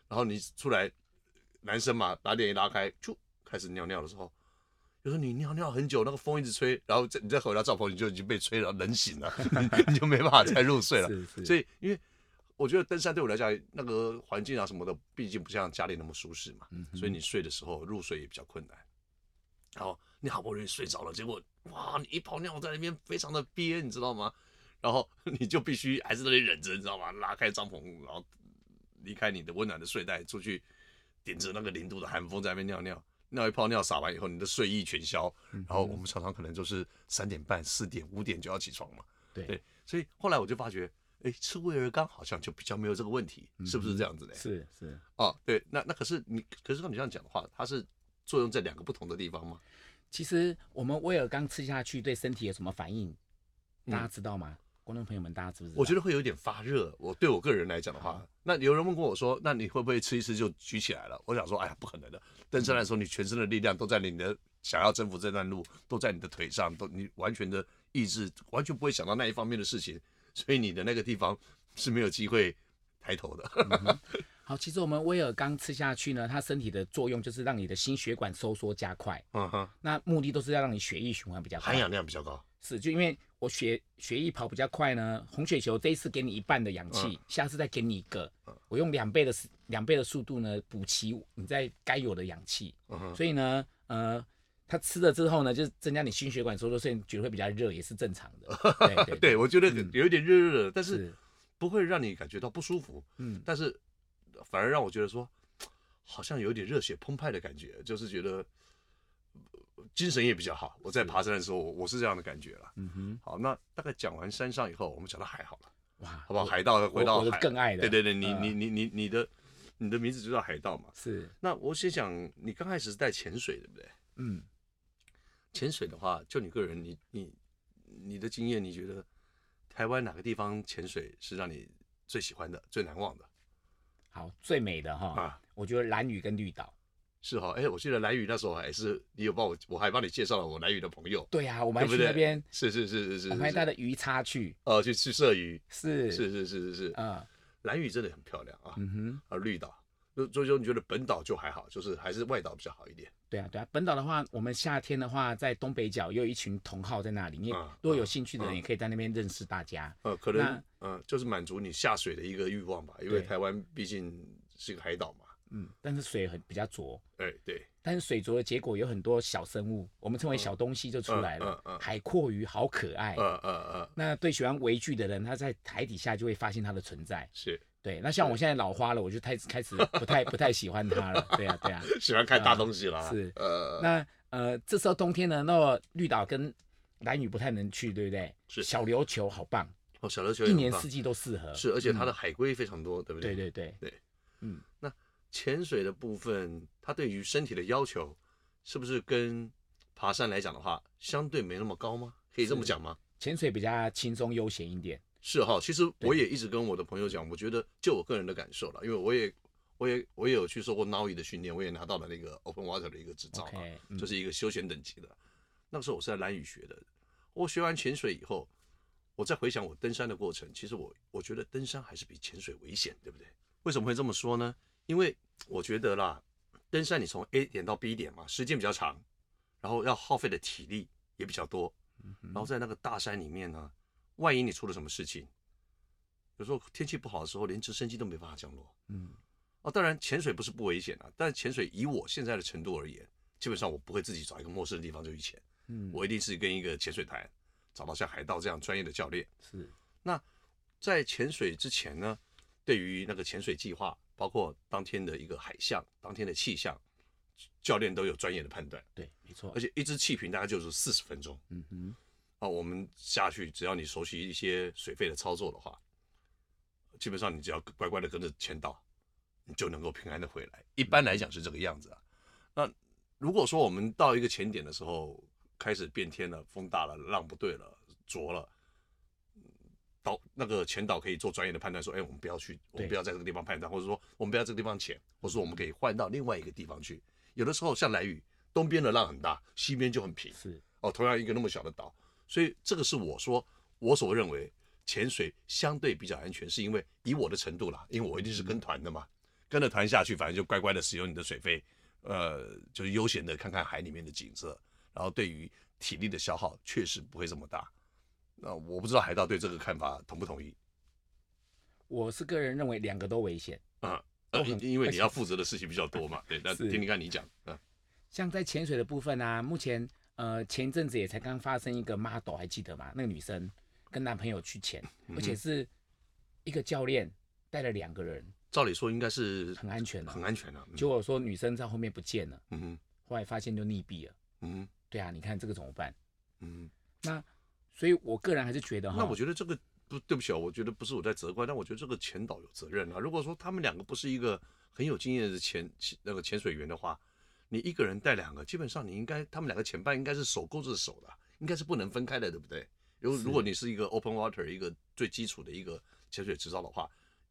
Speaker 1: 然后你出来，男生嘛，把脸一拉开，就开始尿尿的时候，有时候你尿尿很久，那个风一直吹，然后再你再回到帐篷，你就已经被吹了，冷醒 了，你你就没办法再入睡了。
Speaker 2: 是是，
Speaker 1: 所
Speaker 2: 以
Speaker 1: 以因为我觉得登山对我来讲，那个环境啊什么的，毕竟不像家里那么舒适嘛，
Speaker 2: 嗯
Speaker 1: 所以你睡的时候入睡也比较困难。然后你好不容易睡着了，结果哇，你一泡尿在那边非常的憋，你知道吗？然后 你就必须还是在那里忍着，你知道吗？拉开帐篷，然后离开你的温暖的睡袋，出去顶着那个零度的寒风在那边尿尿。尿一泡尿洒完以后，你的睡意全消，然后我们常常可能就是三点半、四点、五点就要起床嘛。
Speaker 2: 对
Speaker 1: 对，所以后来我就发觉，哎，吃威尔刚好像就比较没有这个问题，是不是这样子的？
Speaker 2: 是是。
Speaker 1: 哦，对，那那可是你，可是照你这样讲的话，它是作用在两个不同的地方吗？
Speaker 2: 其实我们威尔刚吃下去对身体有什么反应，
Speaker 1: 嗯
Speaker 2: 大家知道吗？观众朋友们，大家知不知道？
Speaker 1: 我觉得会有点发热。我对我个人来讲的话，那有人问过我说，那你会不会吃一吃就举起来了？我想说，哎呀，不可能的。登山的时候，你全身的力量都在你的想要征服这段路，都在你的腿上，都你完全的意志完全不会想到那一方面的事情，所以你的那个地方 是没有机会抬头的。
Speaker 2: 好，其实我们威尔刚吃下去呢，它身体的作用就是让你的心血管收缩加快，
Speaker 1: 嗯哼，
Speaker 2: 那目的都是要让你血液循环比较快。
Speaker 1: 含氧量比较高。
Speaker 2: 是，就因为我血血液跑比较快呢，红血球这一次给你一半的氧气，
Speaker 1: 嗯
Speaker 2: 下次再给你一个，我用两倍的时两倍的速度呢补齐你在该有的氧气，
Speaker 1: 嗯哼。
Speaker 2: 所以呢，呃。它吃了之后呢，就是增加你心血管收缩，所以你觉得会比较热，也是正常 的。对对对
Speaker 1: 对，我觉得有一点热热的，但嗯是
Speaker 2: 是
Speaker 1: 不会让你感觉到不舒服，
Speaker 2: 嗯，
Speaker 1: 但是反而让我觉得说，好像有一点热血澎湃的感觉，就是觉得呃精神也比较好。我在爬山的时候，我我是这样的感觉了。
Speaker 2: 嗯哼，
Speaker 1: 好，那大概讲完山上以后，我们讲到海好了，
Speaker 2: 哇，
Speaker 1: 好不好？海盗回到
Speaker 2: 我的
Speaker 1: 海，
Speaker 2: 更爱的
Speaker 1: 对对对，你
Speaker 2: 嗯
Speaker 1: 你你你你的你的名字就叫海盗嘛。
Speaker 2: 是，
Speaker 1: 那我先想，你刚开始是在潜水，对不对？
Speaker 2: 嗯，
Speaker 1: 潜水的话，就你个人，你你你的经验，你觉得台湾哪个地方潜水是让你最喜欢的、最难忘的
Speaker 2: 好，最美的哈，
Speaker 1: 啊？
Speaker 2: 我觉得蓝屿跟绿岛。
Speaker 1: 是哈、哦，哎，我记得蓝宇那时候还是你有帮我，我还帮你介绍了我蓝宇的朋友，
Speaker 2: 对啊，我们
Speaker 1: 对
Speaker 2: 还
Speaker 1: 不
Speaker 2: 去
Speaker 1: 对？
Speaker 2: 那边，
Speaker 1: 是是是是是
Speaker 2: 我们还带
Speaker 1: 是，
Speaker 2: 了鱼叉去，
Speaker 1: 呃，去去射鱼，
Speaker 2: 是
Speaker 1: 是，是是是是，
Speaker 2: 嗯
Speaker 1: 蓝宇真的很漂亮啊，
Speaker 2: 嗯哼，
Speaker 1: 啊，绿岛，那周周你觉得本岛就还好，就是还是外岛比较好一点，
Speaker 2: 对啊对啊。本岛的话，我们夏天的话，在东北角也有一群同好在那里，你也
Speaker 1: 嗯
Speaker 2: 如果有兴趣的人，也可以在那边认识大家。
Speaker 1: 呃，可能
Speaker 2: 那
Speaker 1: 嗯、呃就是满足你下水的一个欲望吧，因为
Speaker 2: 对
Speaker 1: 台湾毕竟是个海岛嘛，
Speaker 2: 嗯，但是水很比较浊，
Speaker 1: 哎，对，
Speaker 2: 但是水浊的结果有很多小生物，我们称为小东西就出来
Speaker 1: 嗯嗯
Speaker 2: 了
Speaker 1: 嗯。
Speaker 2: 海阔鱼好可爱。
Speaker 1: 呃呃呃，
Speaker 2: 那对喜欢微距的人，他在海底下就会发现它的存在。
Speaker 1: 是。
Speaker 2: 对，那像我现在老花了，我就开始开始不太不太喜欢它了。对啊，对啊。
Speaker 1: 喜欢看大东西啦。
Speaker 2: 是
Speaker 1: 呃，
Speaker 2: 那呃，这时候冬天呢，那绿岛跟蓝屿不太能去，对不对？
Speaker 1: 是
Speaker 2: 小琉球好棒，
Speaker 1: 哦，小琉球
Speaker 2: 一年四
Speaker 1: 季
Speaker 2: 季都适合。
Speaker 1: 是，而且它
Speaker 2: 嗯
Speaker 1: 的海龟非常多，对不
Speaker 2: 对
Speaker 1: 对？对。
Speaker 2: 对对，
Speaker 1: 潜水的部分，它对于身体的要求，是不是跟爬山来讲的话，相对没那么高吗？可以这么讲吗？
Speaker 2: 潜水比较轻松悠闲一点。
Speaker 1: 是啊哈，其实我也一直跟我的朋友讲，我觉得就我个人的感受了，因为我也我也我也有去受过 NAUI E 的训练，我也拿到了那个 Open Water 的一个执照嘛
Speaker 2: OK，嗯
Speaker 1: 就是一个休闲等级的。那个时候我是在蓝屿学的，我学完潜水以后，我再回想我登山的过程，其实我我觉得登山还是比潜水危险，对不对？为什么会这么说呢？因为我觉得啦，登山你从 A 点到 B 点嘛，时间比较长，然后要耗费的体力也比较多，然后在那个大山里面呢，万一你出了什么事情，有时候天气不好的时候，连直升机都没办法降落。
Speaker 2: 嗯，
Speaker 1: 啊，当然潜水不是不危险啊，但是潜水以我现在的程度而言，基本上我不会自己找一个陌生的地方就去潜，
Speaker 2: 嗯，
Speaker 1: 我一定是跟一个潜水台找到像海盗这样专业的教练。
Speaker 2: 是
Speaker 1: 在潜水之前呢，对于那个潜水计划，包括当天的一个海象、当天的气象，教练都有专业的判断。
Speaker 2: 对，没错
Speaker 1: 而，且一支气瓶大概就是四十分钟
Speaker 2: 嗯哼，
Speaker 1: 啊。我们下去，只要你熟悉一些水肺的操作的话，基本上你只要乖乖的跟着潜导，你就能够平安的回来。一般来讲是这个样子啊。那如果说我们到一个潜点的时候，开始变天了，风大了，浪不对了，浊了。导那个潜导可以做专业的判断，说，哎，我们不要去，我们
Speaker 2: 对
Speaker 1: 不要在这个地方判断，或者说我们不要在这个地方潜，或者说我们可以换到另外一个地方去。有的时候像蓝屿，东边的浪很大，西边就很平，
Speaker 2: 是
Speaker 1: 哦，同样一个那么小的岛，所以这个是我说我所认为潜水相对比较安全，是因为以我的程度啦，因为我一定
Speaker 2: 嗯
Speaker 1: 是跟团的嘛，跟着团下去，反正就乖乖的使用你的水费，呃，就是悠闲的看看海里面的景色，然后对于体力的消耗确实不会这么大。那我不知道海盗对这个看法同不同意？
Speaker 2: 我是个人认为两个都危险。
Speaker 1: 呃，
Speaker 2: 我很
Speaker 1: 因因为
Speaker 2: 而
Speaker 1: 你
Speaker 2: 且
Speaker 1: 要负责的事情比较多嘛，对，那
Speaker 2: 是
Speaker 1: 听听看你讲，嗯，
Speaker 2: 像在潜水的部分啊，目前呃前一阵子也才刚发生一个 model，还记得吗？那个女生跟男朋友去潜，
Speaker 1: 嗯
Speaker 2: 而且是一个教练带了两个人，
Speaker 1: 照理说应该是
Speaker 2: 很安全的
Speaker 1: 很安全的、啊，嗯
Speaker 2: 结果说女生在后面不见了，
Speaker 1: 嗯哼
Speaker 2: 后来发现就溺毙了。
Speaker 1: 嗯哼
Speaker 2: 对啊，你看这个怎么办？
Speaker 1: 嗯哼。
Speaker 2: 那所以我个人还是觉得啊哈，
Speaker 1: 那我觉得这个不对不起啊，我觉得不是我在责怪，但我觉得这个前导有责任啊。如果说他们两个不是一个很有经验的潜潜那个潜水员的话，你一个人带两个，基本上你应该他们两个前半应该是手勾着手的，应该是不能分开的，对不对？如
Speaker 2: 是
Speaker 1: 如果你是一个 open water 一个最基础的一个潜水执照的话，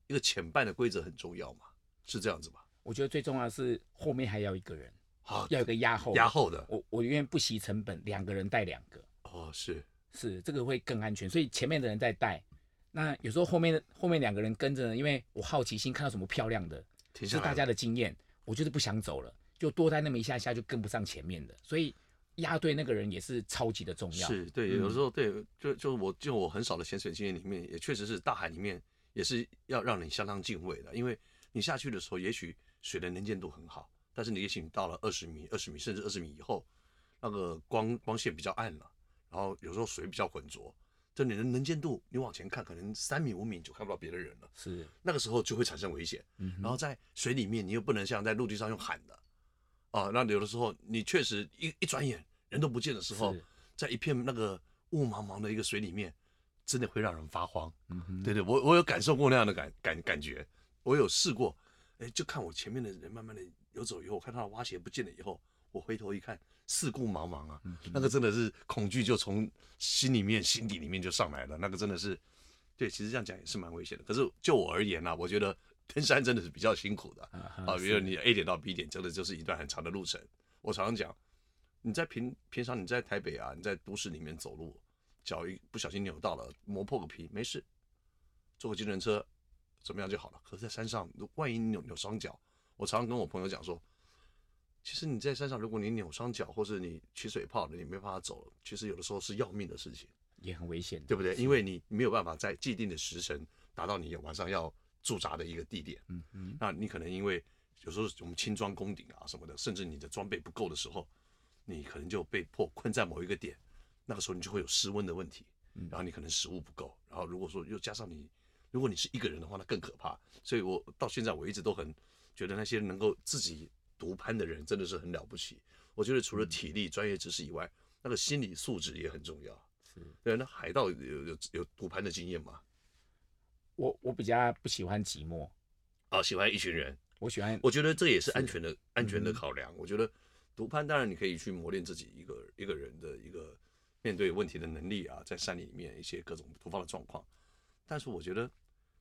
Speaker 1: 一个潜伴的规则很重要嘛，是这样子吧？
Speaker 2: 我觉得最重要的是后面还要一个人，
Speaker 1: 好，
Speaker 2: 要有个压后。
Speaker 1: 压后的
Speaker 2: 我我因为不惜成本，两个人带两个，
Speaker 1: 哦，是
Speaker 2: 是这个会更安全。所以前面的人在带，那有时候后面的后面两个人跟着呢，因为我好奇心看到什么漂亮的，
Speaker 1: 停下
Speaker 2: 是
Speaker 1: 来
Speaker 2: 大家
Speaker 1: 了
Speaker 2: 的经验，我就是不想走了，就多待那么一下下就跟不上前面的，所以压对那个人也是超级的重要。
Speaker 1: 是对，有时候对，就就我就我很少的潜水经验里面，也确实是大海里面也是要让你相当敬畏的，因为你下去的时候，也许水的能见度很好，但是你也许你到了二十米、二十米甚至二十米以后，那个光光线比较暗了，然后有时候水比较浑浊，就你的能见度，你往前看可能三米五米你就看不到别的人了，
Speaker 2: 是，
Speaker 1: 那个时候就会产生危险。
Speaker 2: 嗯哼
Speaker 1: 然后在水里面，你又不能像在陆地上用喊的，啊，那有的时候你确实一一转眼人都不见的时候
Speaker 2: 是，
Speaker 1: 在一片那个雾茫茫的一个水里面，真的会让人发慌。
Speaker 2: 嗯哼，
Speaker 1: 对对，我我有感受过那样的感感感觉，我有试过，哎，就看我前面的人慢慢的游走以后，我看他的蛙鞋不见了以后，我回头一看，四顾茫茫
Speaker 2: 嗯
Speaker 1: 啊，那个真的是恐惧就从心里面、心底里面就上来了，那个真的是，对，其实这样讲也是蛮危险的。可是就我而言呢、啊我觉得 登山真的是比较辛苦的
Speaker 2: 啊哈
Speaker 1: 啊，比如
Speaker 2: 是
Speaker 1: 你 A 点到 B 点，真的就是一段很长的路程。我常常讲，你在平平常你在台北啊，你在都市里面走路，脚一不小心扭到了，磨破个皮没事，坐个计程车怎么样就好了。可是，在山上，如万一你扭扭伤脚，我常常跟我朋友讲说，其实你在山上，如果你扭伤脚，或是你起水泡了，你没办法走，其实有的时候是要命的事情，
Speaker 2: 也很危险，
Speaker 1: 对不对？因为你没有办法在既定的时辰达到你晚上要驻扎的一个地点。
Speaker 2: 嗯哼，
Speaker 1: 那你可能因为有时候我们轻装攻顶啊什么的，甚至你的装备不够的时候，你可能就被迫困在某一个点，那个时候你就会有失温的问题，然后你可能食物不够，然后如果说又加上你，如果你是一个人的话，那更可怕。所以我到现在我一直都很觉得那些能够自己独攀的人真的是很了不起。我觉得除了体力、专业知识以外，那个心理素质也很重要。
Speaker 2: 是。
Speaker 1: 对，那海盗有有有独攀的经验吗？
Speaker 2: 我我比较不喜欢寂寞，
Speaker 1: 啊，喜欢一群人。
Speaker 2: 我喜欢
Speaker 1: 我觉得这也是安全的安全的考量。我觉得独攀当然你可以去磨练自己一个一个人的一个面对问题的能力啊，在山里面一些各种突发的状况，但是我觉得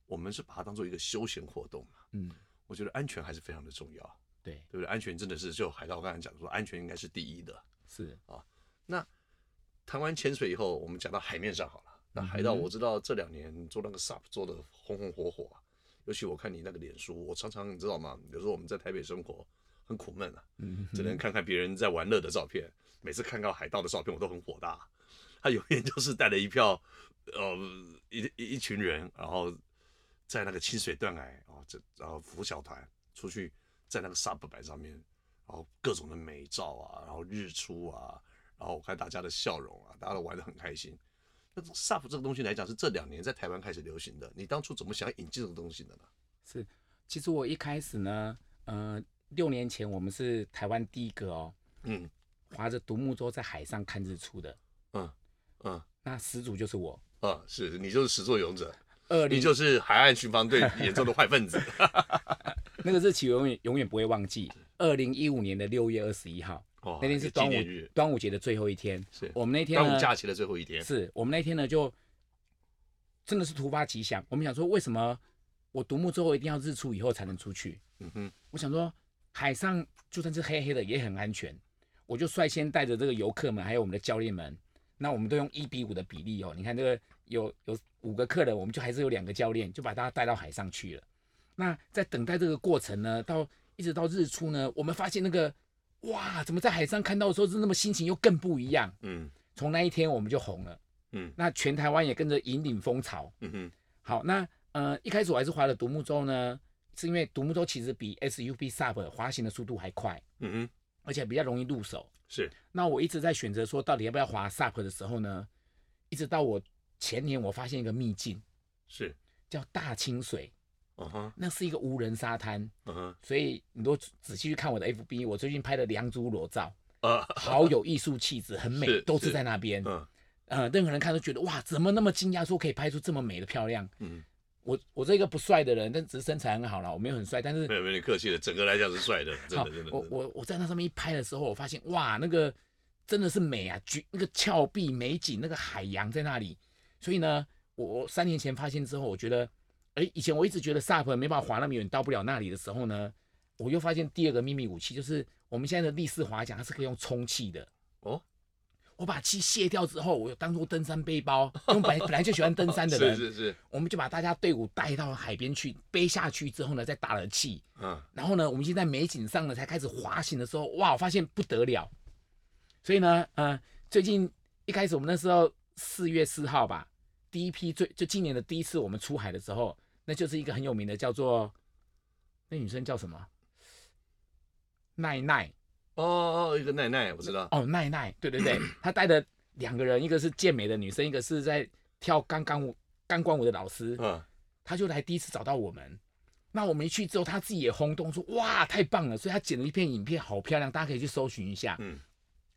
Speaker 1: 我们是把它当做一个休闲活动嘛。
Speaker 2: 嗯，
Speaker 1: 我觉得安全还是非常的重要，
Speaker 2: 对，
Speaker 1: 对不对？安全真的是就海盗刚才讲说，安全应该是第一的。
Speaker 2: 是
Speaker 1: 那谈完潜水以后，我们讲到海面上好了。那海盗，
Speaker 2: 嗯哼
Speaker 1: 我知道这两年做那个 SUP 做的红红火火、啊，尤其我看你那个脸书，我常常你知道吗？有时候我们在台北生活很苦闷啊，
Speaker 2: 嗯
Speaker 1: 只能看看别人在玩乐的照片。每次看到海盗的照片，我都很火大。他永远就是带了一票，呃，一一一群人，然后在那个清水断崖，然后这然后拂晓团出去，在那个沙布板上面，然后各种的美照啊，然后日出啊，然后我看大家的笑容啊，大家都玩得很开心。那 SUP 这个东西来讲，是这两年在台湾开始流行的。你当初怎么想要引进这个东西的呢？
Speaker 2: 是，其实我一开始呢，呃，六年前我们是台湾第一个哦，
Speaker 1: 嗯
Speaker 2: 划着独木舟在海上看日出的，
Speaker 1: 嗯嗯
Speaker 2: 那始祖就是我。
Speaker 1: 嗯，是你就是始作俑者，
Speaker 2: 二
Speaker 1: 你
Speaker 2: 零
Speaker 1: 就是海岸巡防队眼中的坏 分子。
Speaker 2: 那个日期永远永远不会忘记，二零一五年的六月二十一号，
Speaker 1: 哦
Speaker 2: 那天是端午
Speaker 1: 纪念日，哦
Speaker 2: 端午节的最后一天。
Speaker 1: 是
Speaker 2: 我们那天
Speaker 1: 端
Speaker 2: 呢
Speaker 1: 午，假期的最后一天。
Speaker 2: 是我们那天呢就真的是突发奇想，我们想说为什么我独木舟我一定要日出以后才能出去？
Speaker 1: 嗯哼，
Speaker 2: 我想说海上就算是黑黑的也很安全，我就率先带着这个游客们还有我们的教练们，那我们都用一比五的比例哦，你看这个有有五个客人，我们就还是有两个教练就把大家带到海上去了。那在等待这个过程呢，到一直到日出呢，我们发现那个哇，怎么在海上看到的时候是那么心情又更不一样。
Speaker 1: 嗯
Speaker 2: 从那一天我们就红了，
Speaker 1: 嗯
Speaker 2: 那全台湾也跟着引领风潮。
Speaker 1: 嗯哼，
Speaker 2: 好，那呃一开始我还是划了独木舟呢，是因为独木舟其实比 SUP SUP 滑行的速度还快，
Speaker 1: 嗯哼，
Speaker 2: 而且比较容易入手。
Speaker 1: 是
Speaker 2: 那我一直在选择说到底要不要滑 SUP 的时候呢，一直到我前年我发现一个秘境
Speaker 1: 是，
Speaker 2: 叫大清水，
Speaker 1: 嗯哼
Speaker 2: 那是一个无人沙滩，
Speaker 1: 嗯哼，
Speaker 2: 所以你都仔细去看我的 FB，我最近拍的两组裸照，
Speaker 1: 呃
Speaker 2: 好有艺术气质，很美，
Speaker 1: 是
Speaker 2: 都是
Speaker 1: 是
Speaker 2: 在那边。
Speaker 1: 嗯
Speaker 2: 呃，任何人看都觉得哇，怎么那么惊讶，说可以拍出这么美的漂亮。
Speaker 1: 嗯，
Speaker 2: 我我这个不帅的人，但只是身材很好啦，我没有很帅，但是
Speaker 1: 没有没有，你客气了，整个来讲是帅的，真
Speaker 2: 好
Speaker 1: 的真的。
Speaker 2: 我
Speaker 1: 真的
Speaker 2: 我我在那上面一拍的时候，我发现哇，那个真的是美啊，举那个峭壁美景，那个海洋在那里。所以呢，我我三年前发现之后，我觉得，哎，以前我一直觉得 SUP 没办法滑那么远，到不了那里的时候呢，我又发现第二个秘密武器就是我们现在的立式滑桨，它是可以用充气的。
Speaker 1: 哦，
Speaker 2: 我把气卸掉之后，我有当做登山背包，因为我本来本来就喜欢登山的 人，
Speaker 1: 是是是，
Speaker 2: 我们就把大家队伍带到海边去，背下去之后呢，再打了气，
Speaker 1: 嗯
Speaker 2: 然后呢，我们已经在美景上呢才开始滑行的时候，哇，我发现不得了。所以呢，呃，最近一开始我们那时候四月四号吧，第一批最就今年的第一次我们出海的时候，那就是一个很有名的叫做那女生叫什么奈奈
Speaker 1: 哦哦，一个奶奶我知道，
Speaker 2: 哦，奈奈，对对对，她带的两个人，一个是健美的女生，一个是在跳钢管舞钢管舞的老师，
Speaker 1: 嗯
Speaker 2: 他就来第一次找到我们。那我们一去之后，他自己也轰动说：“哇，太棒了！”所以他剪了一片影片，好漂亮，大家可以去搜寻一下，
Speaker 1: 嗯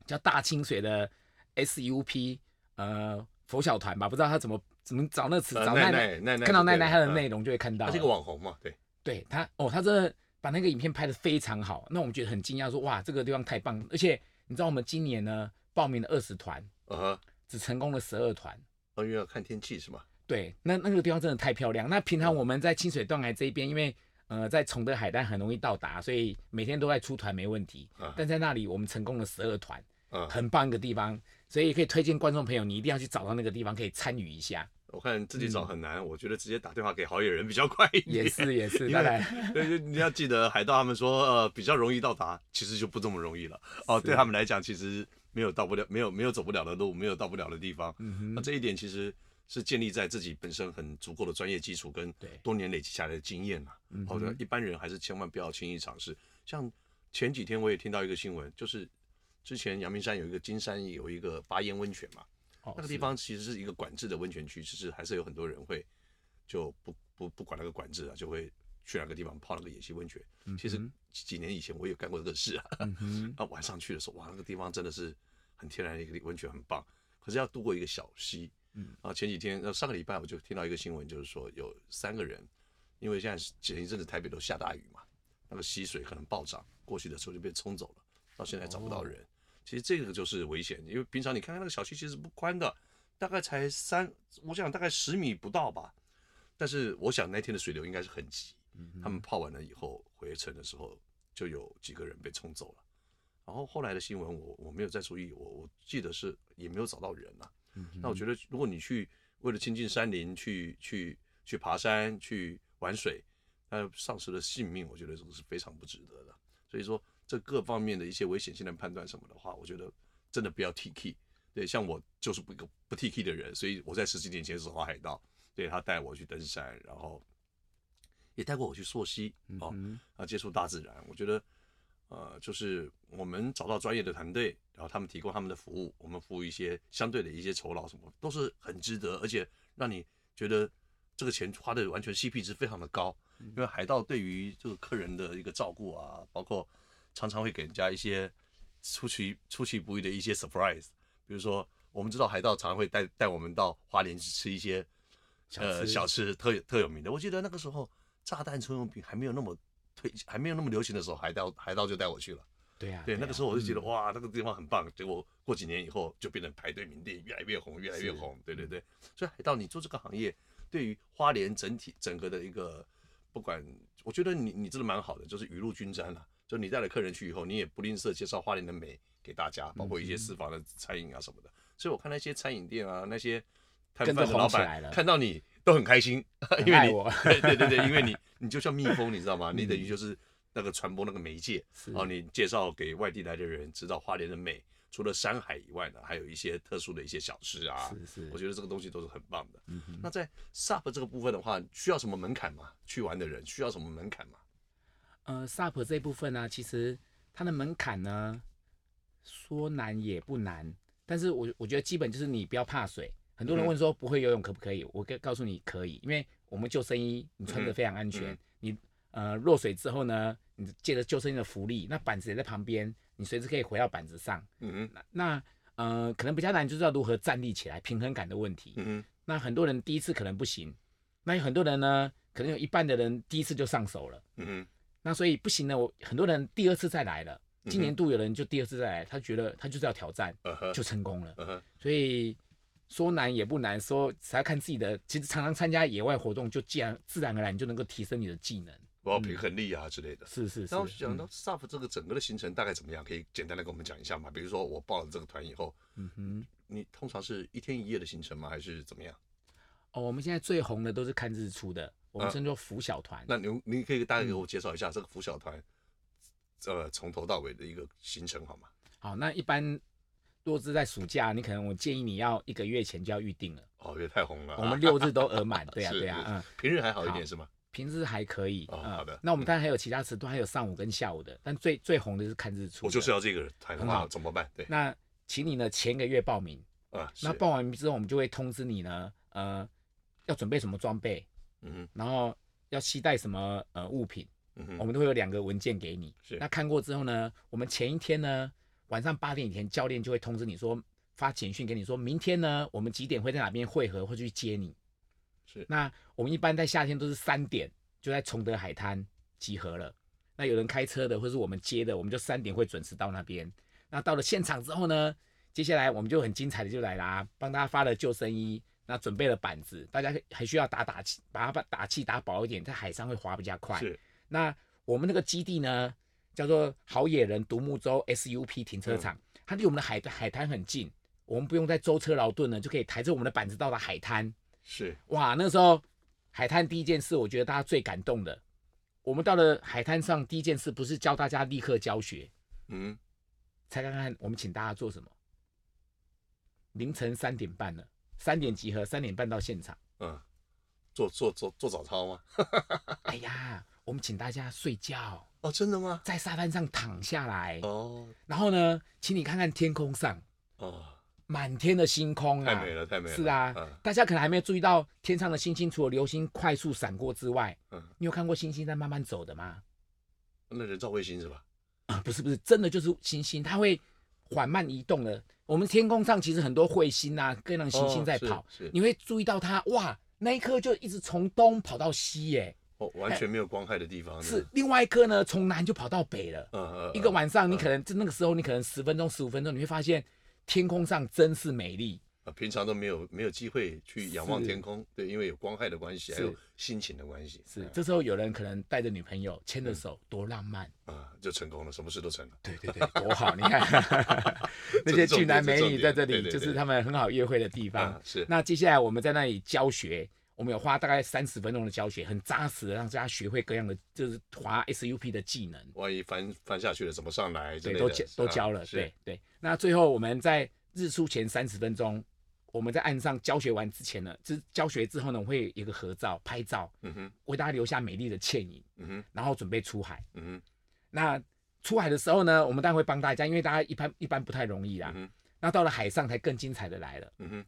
Speaker 2: 叫大清水的 SUP 呃佛小团吧，不知道他怎么怎么找那个词，
Speaker 1: 呃
Speaker 2: 找
Speaker 1: 奈
Speaker 2: 奈，
Speaker 1: 奈奈奈
Speaker 2: 看到
Speaker 1: 就对
Speaker 2: 奈奈她的
Speaker 1: 了嗯
Speaker 2: 内容就会看到
Speaker 1: 他
Speaker 2: 了。
Speaker 1: 是一个网红嘛，对，
Speaker 2: 对他哦，他真的把那个影片拍得非常好，那我们觉得很惊讶，说：“哇，这个地方太棒！”而且你知道我们今年呢报名了二十团，
Speaker 1: 嗯哼，
Speaker 2: 只成功了十二团。
Speaker 1: 哦因为要看天气是吗？
Speaker 2: 对，那那个地方真的太漂亮。那平常我们在清水断崖这一边，因为呃在崇德海滩很容易到达，所以每天都在出团没问题
Speaker 1: 啊。
Speaker 2: 但在那里我们成功了十二团，
Speaker 1: 嗯，
Speaker 2: 很棒一个地方，所以可以推荐观众朋友，你一定要去找到那个地方，可以参与 一下。
Speaker 1: 我看自己找很难，我觉得直接打电话给好野人比较快一点。
Speaker 2: 嗯也是也是，
Speaker 1: 因
Speaker 2: 当
Speaker 1: 为
Speaker 2: 然
Speaker 1: 对，就你要记得海盗他们说，呃，比较容易到达，其实就不这么容易了。哦，对他们来讲，其实没有到不了，没有没有走不了的路，没有到不了的地方。那这一点其实是建立在自己本身很足够的专业基础跟
Speaker 2: 对
Speaker 1: 多年累积下来的经验嘛。好的，一般人还是千万不要轻易尝试。像前几天我也听到一个新闻，就是之前阳明山有一个金山有一个巴烟温泉嘛，
Speaker 2: 哦
Speaker 1: 那个地方其实是一个管制的温泉区，就是还是有很多人会就不不不管那个管制啊，就会去那个地方泡那个野溪温泉。其实几几年以前我也干过这个事啊，
Speaker 2: 是嗯哼
Speaker 1: 那晚上去的时候，哇，那个地方真的是很天然的一个温泉，很棒。可是要渡过一个小溪，
Speaker 2: 嗯，
Speaker 1: 啊，前几天，那上个礼拜我就听到一个新闻，就是说有三个人，因为现在是前一阵子台北都下大雨嘛，那个溪水可能暴涨，过去的时候就被冲走了，到现在找不到人。其实这个就是危险，因为平常你看看那个小溪其实不宽的，大概才三，我想大概十米不到吧。但是我想那天的水流应该是很急，他们泡完了以后回程的时候，就有几个人被冲走了。然后后来的新闻我我没有再注意，我我记得是也没有找到人啊。那我觉得如果你去为了亲近山林去去去爬山去玩水，那丧失了性命，我觉得这个是非常不值得的。所以说这各方面的一些危险性的判断什么的话，我觉得真的不要 T K。对，像我就是不个不 T K 的人，所以我在十几年前是滑海盗，对他带我去登山，然后也带过我去溯溪哦，
Speaker 2: 嗯
Speaker 1: 啊，接触大自然。我觉得，呃，就是我们找到专业的团队，然后他们提供他们的服务，我们服务一些相对的一些酬劳什么，都是很值得，而且让你觉得这个钱花的完全 CP 值非常的高。因为海盗对于这个客人的一个照顾啊，包括常常会给人家一些出其出其不意的一些 surprise，比如说我们知道海盗常常会带带我们到花莲去吃一些
Speaker 2: 小
Speaker 1: 呃
Speaker 2: 吃
Speaker 1: 小吃特有特有名的。我记得那个时候炸弹葱油饼还没有那么推，还没有那么流行的时候，海盗海盗就带我去了。
Speaker 2: 对啊，
Speaker 1: 对，那个时候我就觉得、
Speaker 2: 嗯
Speaker 1: 哇，那个地方很棒。结果过几年以后就变成排队名店，越来越红，越来越
Speaker 2: 是嗯
Speaker 1: 红。对对对，所以海盗你做这个行业，对于花莲整体整个的一个，不管我觉得你你真的蛮好的，就是雨露均沾了、啊就你带了客人去以后，你也不吝啬介绍花莲的美给大家，包括一些私房的餐饮啊什么的。所以我看那些餐饮店啊，那些摊
Speaker 2: 跟着
Speaker 1: 贩的老
Speaker 2: 红起来
Speaker 1: 板
Speaker 2: 了
Speaker 1: 看到你都很开心， 因
Speaker 2: 很
Speaker 1: 为
Speaker 2: 爱
Speaker 1: 你
Speaker 2: 我嗯
Speaker 1: 对对对对，因为 你你就像蜜蜂，你知道吗？你等于就是那个传播那个媒介
Speaker 2: 是，
Speaker 1: 哦，你介绍给外地来的人知道花莲的美，除了山海以外呢，还有一些特殊的一些小吃啊，
Speaker 2: 是嗯是，
Speaker 1: 我
Speaker 2: 得
Speaker 1: 觉得这个东西都是很棒的。那在 SUP 这个部分的话，需要什么门槛吗？去玩的人需要什么门槛吗？
Speaker 2: 呃，SUP 这部分呢、其实它的门槛呢，说难也不难，但是我我觉得基本就是你不要怕水。很多人
Speaker 1: 嗯
Speaker 2: 问说不会游泳可不可以？我告告诉你可以，因为我们救生衣你穿着
Speaker 1: 嗯
Speaker 2: 非常安全，
Speaker 1: 嗯
Speaker 2: 你呃落水之后呢，你借着救生衣的浮力，那板子也在旁边，你随时可以回到板子上。
Speaker 1: 嗯哼，
Speaker 2: 那呃，可能比较难就是要如何站立起来，平衡感的问题。
Speaker 1: 嗯哼，
Speaker 2: 那很多人第一次可能不行，那有很多人呢，可能有一半的人第一次就上手了。
Speaker 1: 嗯哼，
Speaker 2: 那所以不行呢，我很多人第二次再来了。
Speaker 1: 嗯哼
Speaker 2: 今年度有人就第二次再来，他觉得他就是要挑战，
Speaker 1: 呃呵，
Speaker 2: 就成功了。
Speaker 1: 呃呵，
Speaker 2: 所以说难也不难，说只要看自己的。其实常常参加野外活动，就自然自然而然你就能够提升你的技能。
Speaker 1: 包括平衡力啊之类的。
Speaker 2: 是是是
Speaker 1: 那我，想到
Speaker 2: 嗯
Speaker 1: SUP 这个整个的行程大概怎么样？可以简单的跟我们讲一下吗？比如说我报了这个团以后，
Speaker 2: 嗯哼。
Speaker 1: 你通常是一天一夜的行程吗？还是怎么样？
Speaker 2: 哦，我们现在最红的都是看日出的，我们
Speaker 1: 嗯
Speaker 2: 称作拂晓团。
Speaker 1: 那你你可以大概
Speaker 2: 嗯
Speaker 1: 给我介绍一下这个拂晓团，呃，从头到尾的一个行程好吗？
Speaker 2: 好，那一般若是在暑假，你可能我建议你要一个月前就要预定 了。
Speaker 1: 哦，也太红了啊。
Speaker 2: 我们六日都额满，对呀、
Speaker 1: 是
Speaker 2: 对呀、
Speaker 1: 是
Speaker 2: 嗯，
Speaker 1: 平日还好一
Speaker 2: 好
Speaker 1: 点是吗？
Speaker 2: 平日还可以。
Speaker 1: 哦
Speaker 2: 嗯
Speaker 1: 好的
Speaker 2: 那我们当然还有其他时段，还有上午跟下午的，但最最红的是看日出。
Speaker 1: 我就是。要这个团的
Speaker 2: 很
Speaker 1: 话
Speaker 2: 好
Speaker 1: 怎么办？对，
Speaker 2: 那请你呢前个月报名，
Speaker 1: 啊，是
Speaker 2: 那报完名之后，我们就会通知你呢，呃，要准备什么装备，
Speaker 1: 嗯
Speaker 2: 然后要携带什么呃物品，
Speaker 1: 哼嗯
Speaker 2: 我
Speaker 1: 哼，
Speaker 2: 们都会有两个文件给你。
Speaker 1: 是
Speaker 2: 那看过之后呢，我们前一天呢晚上八点以前，教练就会通知你说发简讯给你说，明天呢我们几点会在哪边汇合，会去接你。
Speaker 1: 是
Speaker 2: 那我们一般在夏天都是三点就在崇德海滩集合了。那有人开车的，或是我们接的，我们就三点会准时到那边。那到了现场之后呢，接下来我们就很精彩的就来啦，帮大家发了救生衣，那准备了板子，大家还需要打打气，把它把打气打饱一点，在海上会滑比较快。
Speaker 1: 是
Speaker 2: 那我们那个基地呢，叫做好野人独木舟 SUP 停车场，它离我们的海海滩很近，我们不用再舟车劳顿了，就可以抬着我们的板子到达海滩。
Speaker 1: 是，
Speaker 2: 哇，那时候海滩第一件事，我觉得大家最感动的，我们到了海滩上第一件事不是教大家立刻教学，
Speaker 1: 嗯，
Speaker 2: 猜看看我们请大家做什么？凌晨三点半了，三点集合，三点半到现场。
Speaker 1: 嗯，做做做做早操吗？
Speaker 2: 哎呀，我们请大家睡觉，
Speaker 1: 哦，真的吗？
Speaker 2: 在沙滩上躺下来，
Speaker 1: 哦
Speaker 2: 然后呢，请你看看天空上
Speaker 1: 哦，
Speaker 2: 满天的星空啊，
Speaker 1: 太美了，太美了。
Speaker 2: 是啊，
Speaker 1: 嗯
Speaker 2: 大家可能还没有注意到天上的星星，除了流星快速闪过之外，
Speaker 1: 嗯，
Speaker 2: 你有看过星星在慢慢走的吗？
Speaker 1: 那人造卫星是吧？
Speaker 2: 啊，不是不是，真的就是行星，它会缓慢移动的。我们天空上其实很多彗星啊，各样的行星
Speaker 1: 哦
Speaker 2: 在
Speaker 1: 是
Speaker 2: 跑，
Speaker 1: 是
Speaker 2: 你会注意到它，哇，那一颗就一直从东跑到西耶，
Speaker 1: 哦，完全没有光害的地方
Speaker 2: 是，另外一颗呢从南就跑到北了。
Speaker 1: 嗯嗯，
Speaker 2: 一个
Speaker 1: 晚
Speaker 2: 晚上，你可能就那个时候，你可能十分钟、十五分钟，你会发现天空上真是美丽。
Speaker 1: 呃平常都没有没有机会去仰望
Speaker 2: 是
Speaker 1: 天空，对，因为有光害的关系，还有
Speaker 2: 是
Speaker 1: 心情的关系，
Speaker 2: 是
Speaker 1: 嗯，
Speaker 2: 这时候有人可能带着女朋友牵着手，多浪漫。
Speaker 1: 啊，就成功了，什么事都成了。
Speaker 2: 对对对， 多好！你 看 那些俊男美女在这里，就是他们很好约会的地方
Speaker 1: 啊。，是，
Speaker 2: 那接下来我们在那里教学，我们有花大概三十分钟的教学，很扎实的让大家学会各样的就是滑 SUP 的技能，
Speaker 1: 万一翻翻下去了，怎么上来之
Speaker 2: 对，
Speaker 1: 类的？
Speaker 2: 都教都
Speaker 1: 啊
Speaker 2: 教了，
Speaker 1: 是
Speaker 2: 对对。那最后我们在日出前三十分钟，我们在岸上教学完之前呢，就是教学之后呢，我会有一个合照拍照，
Speaker 1: 嗯哼，
Speaker 2: 为大家留下美丽的倩影，
Speaker 1: 嗯哼，
Speaker 2: 然后准备出海。
Speaker 1: 嗯哼，
Speaker 2: 那出海的时候呢，我们当然会帮大家，因为大家一般一般不太容易啦
Speaker 1: 嗯。哼，
Speaker 2: 那到了海上才更精彩的来了，
Speaker 1: 嗯哼，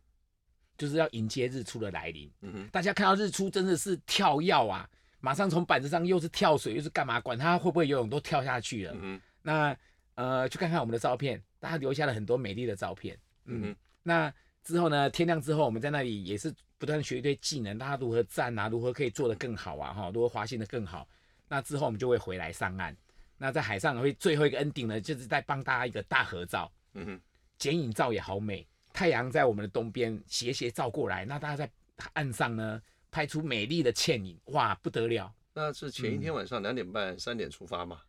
Speaker 2: 就是要迎接日出的来临。
Speaker 1: 嗯哼，
Speaker 2: 大家看到日出真的是跳跃啊，马上从板子上又是跳水又是干嘛，管他会不会游泳都跳下去了。
Speaker 1: 嗯哼，
Speaker 2: 那呃，去看看我们的照片，大家留下了很多美丽的照片。
Speaker 1: 嗯哼，
Speaker 2: 那之后呢，天亮之后，我们在那里也是不断地学一堆技能，大家如何站啊，如何可以做得更好啊，哈，如何滑行得更好。那之后我们就会回来上岸。那在海上会最后一个 ending 呢，就是在帮大家一个大合照，
Speaker 1: 嗯哼，
Speaker 2: 剪影照也好美。太阳在我们的东边斜斜照过来，那大家在岸上呢拍出美丽的倩影，哇，不得了！
Speaker 1: 那是前
Speaker 2: 嗯
Speaker 1: 一天晚上两点半、三点出发嘛，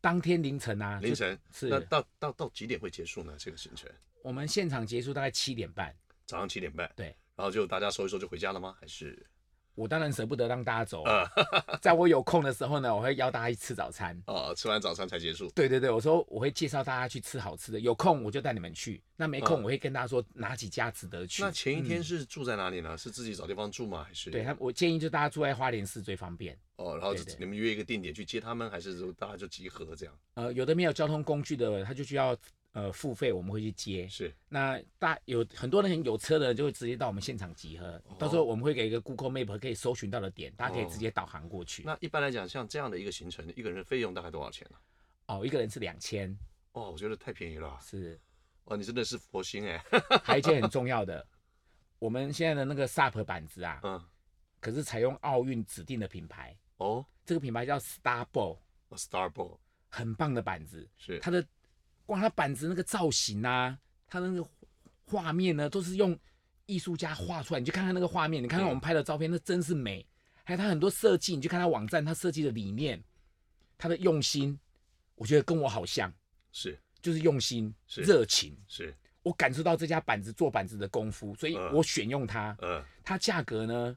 Speaker 2: 当天凌晨啊，就
Speaker 1: 凌晨。
Speaker 2: 是
Speaker 1: 那到到到几点会结束呢？这个行程
Speaker 2: 我们现场结束大概七点半，
Speaker 1: 早上七点半，
Speaker 2: 对，
Speaker 1: 然后就大家收一收就回家了吗？还是
Speaker 2: 我当然舍不得让大家走，
Speaker 1: 啊
Speaker 2: 在我有空的时候呢，我会邀大家去吃早餐。
Speaker 1: 啊，吃完早餐才结束？
Speaker 2: 对对对，我说我会介绍大家去吃好吃的，有空我就带你们去，那没空
Speaker 1: 嗯
Speaker 2: 我会跟大家说哪几家值得去。嗯
Speaker 1: 那前一天是住在哪里呢？是自己找地方住吗？还是
Speaker 2: 对他，我建议就大家住在花莲市最方便。
Speaker 1: 哦，然后就
Speaker 2: 对对
Speaker 1: 你们约一个定点去接他们，还是就大家就集合这样？
Speaker 2: 呃，有的没有交通工具的，他就需要呃付费，我们会去接。
Speaker 1: 是
Speaker 2: 那大有很多人有车的人就会直接到我们现场集合，
Speaker 1: 哦
Speaker 2: 到时候我们会给一个 Google Map 可以搜寻到的点，大家可以直接导航过去。
Speaker 1: 那一般来讲，像这样的一个行程，一个人的费用大概多少钱呢、
Speaker 2: 哦，一个人是两千，
Speaker 1: 哦，我觉得太便宜了。
Speaker 2: 是
Speaker 1: 哦，你真的是佛心哎、
Speaker 2: 还有一件很重要的，我们现在的那个 SUP 板子啊，
Speaker 1: 嗯，
Speaker 2: 可是采用奥运指定的品牌，
Speaker 1: 哦
Speaker 2: 这个品牌叫 Starball，
Speaker 1: 哦，Starbucks
Speaker 2: 很棒的板子。
Speaker 1: 是
Speaker 2: 它的光它板子那个造型啊，它那个画面呢，都是用艺术家画出来。你去看看那个画面，你看看
Speaker 1: 嗯
Speaker 2: 我们拍的照片，那真是美。还有它很多设计，你去看它网站，它设计的理念，它的用心，我觉得跟我好像，
Speaker 1: 是
Speaker 2: 就是用心、
Speaker 1: 是
Speaker 2: 热情。
Speaker 1: 是，
Speaker 2: 我感受到这家板子做板子的功夫，所以
Speaker 1: 嗯
Speaker 2: 我选用它。
Speaker 1: 呃，
Speaker 2: 它价格呢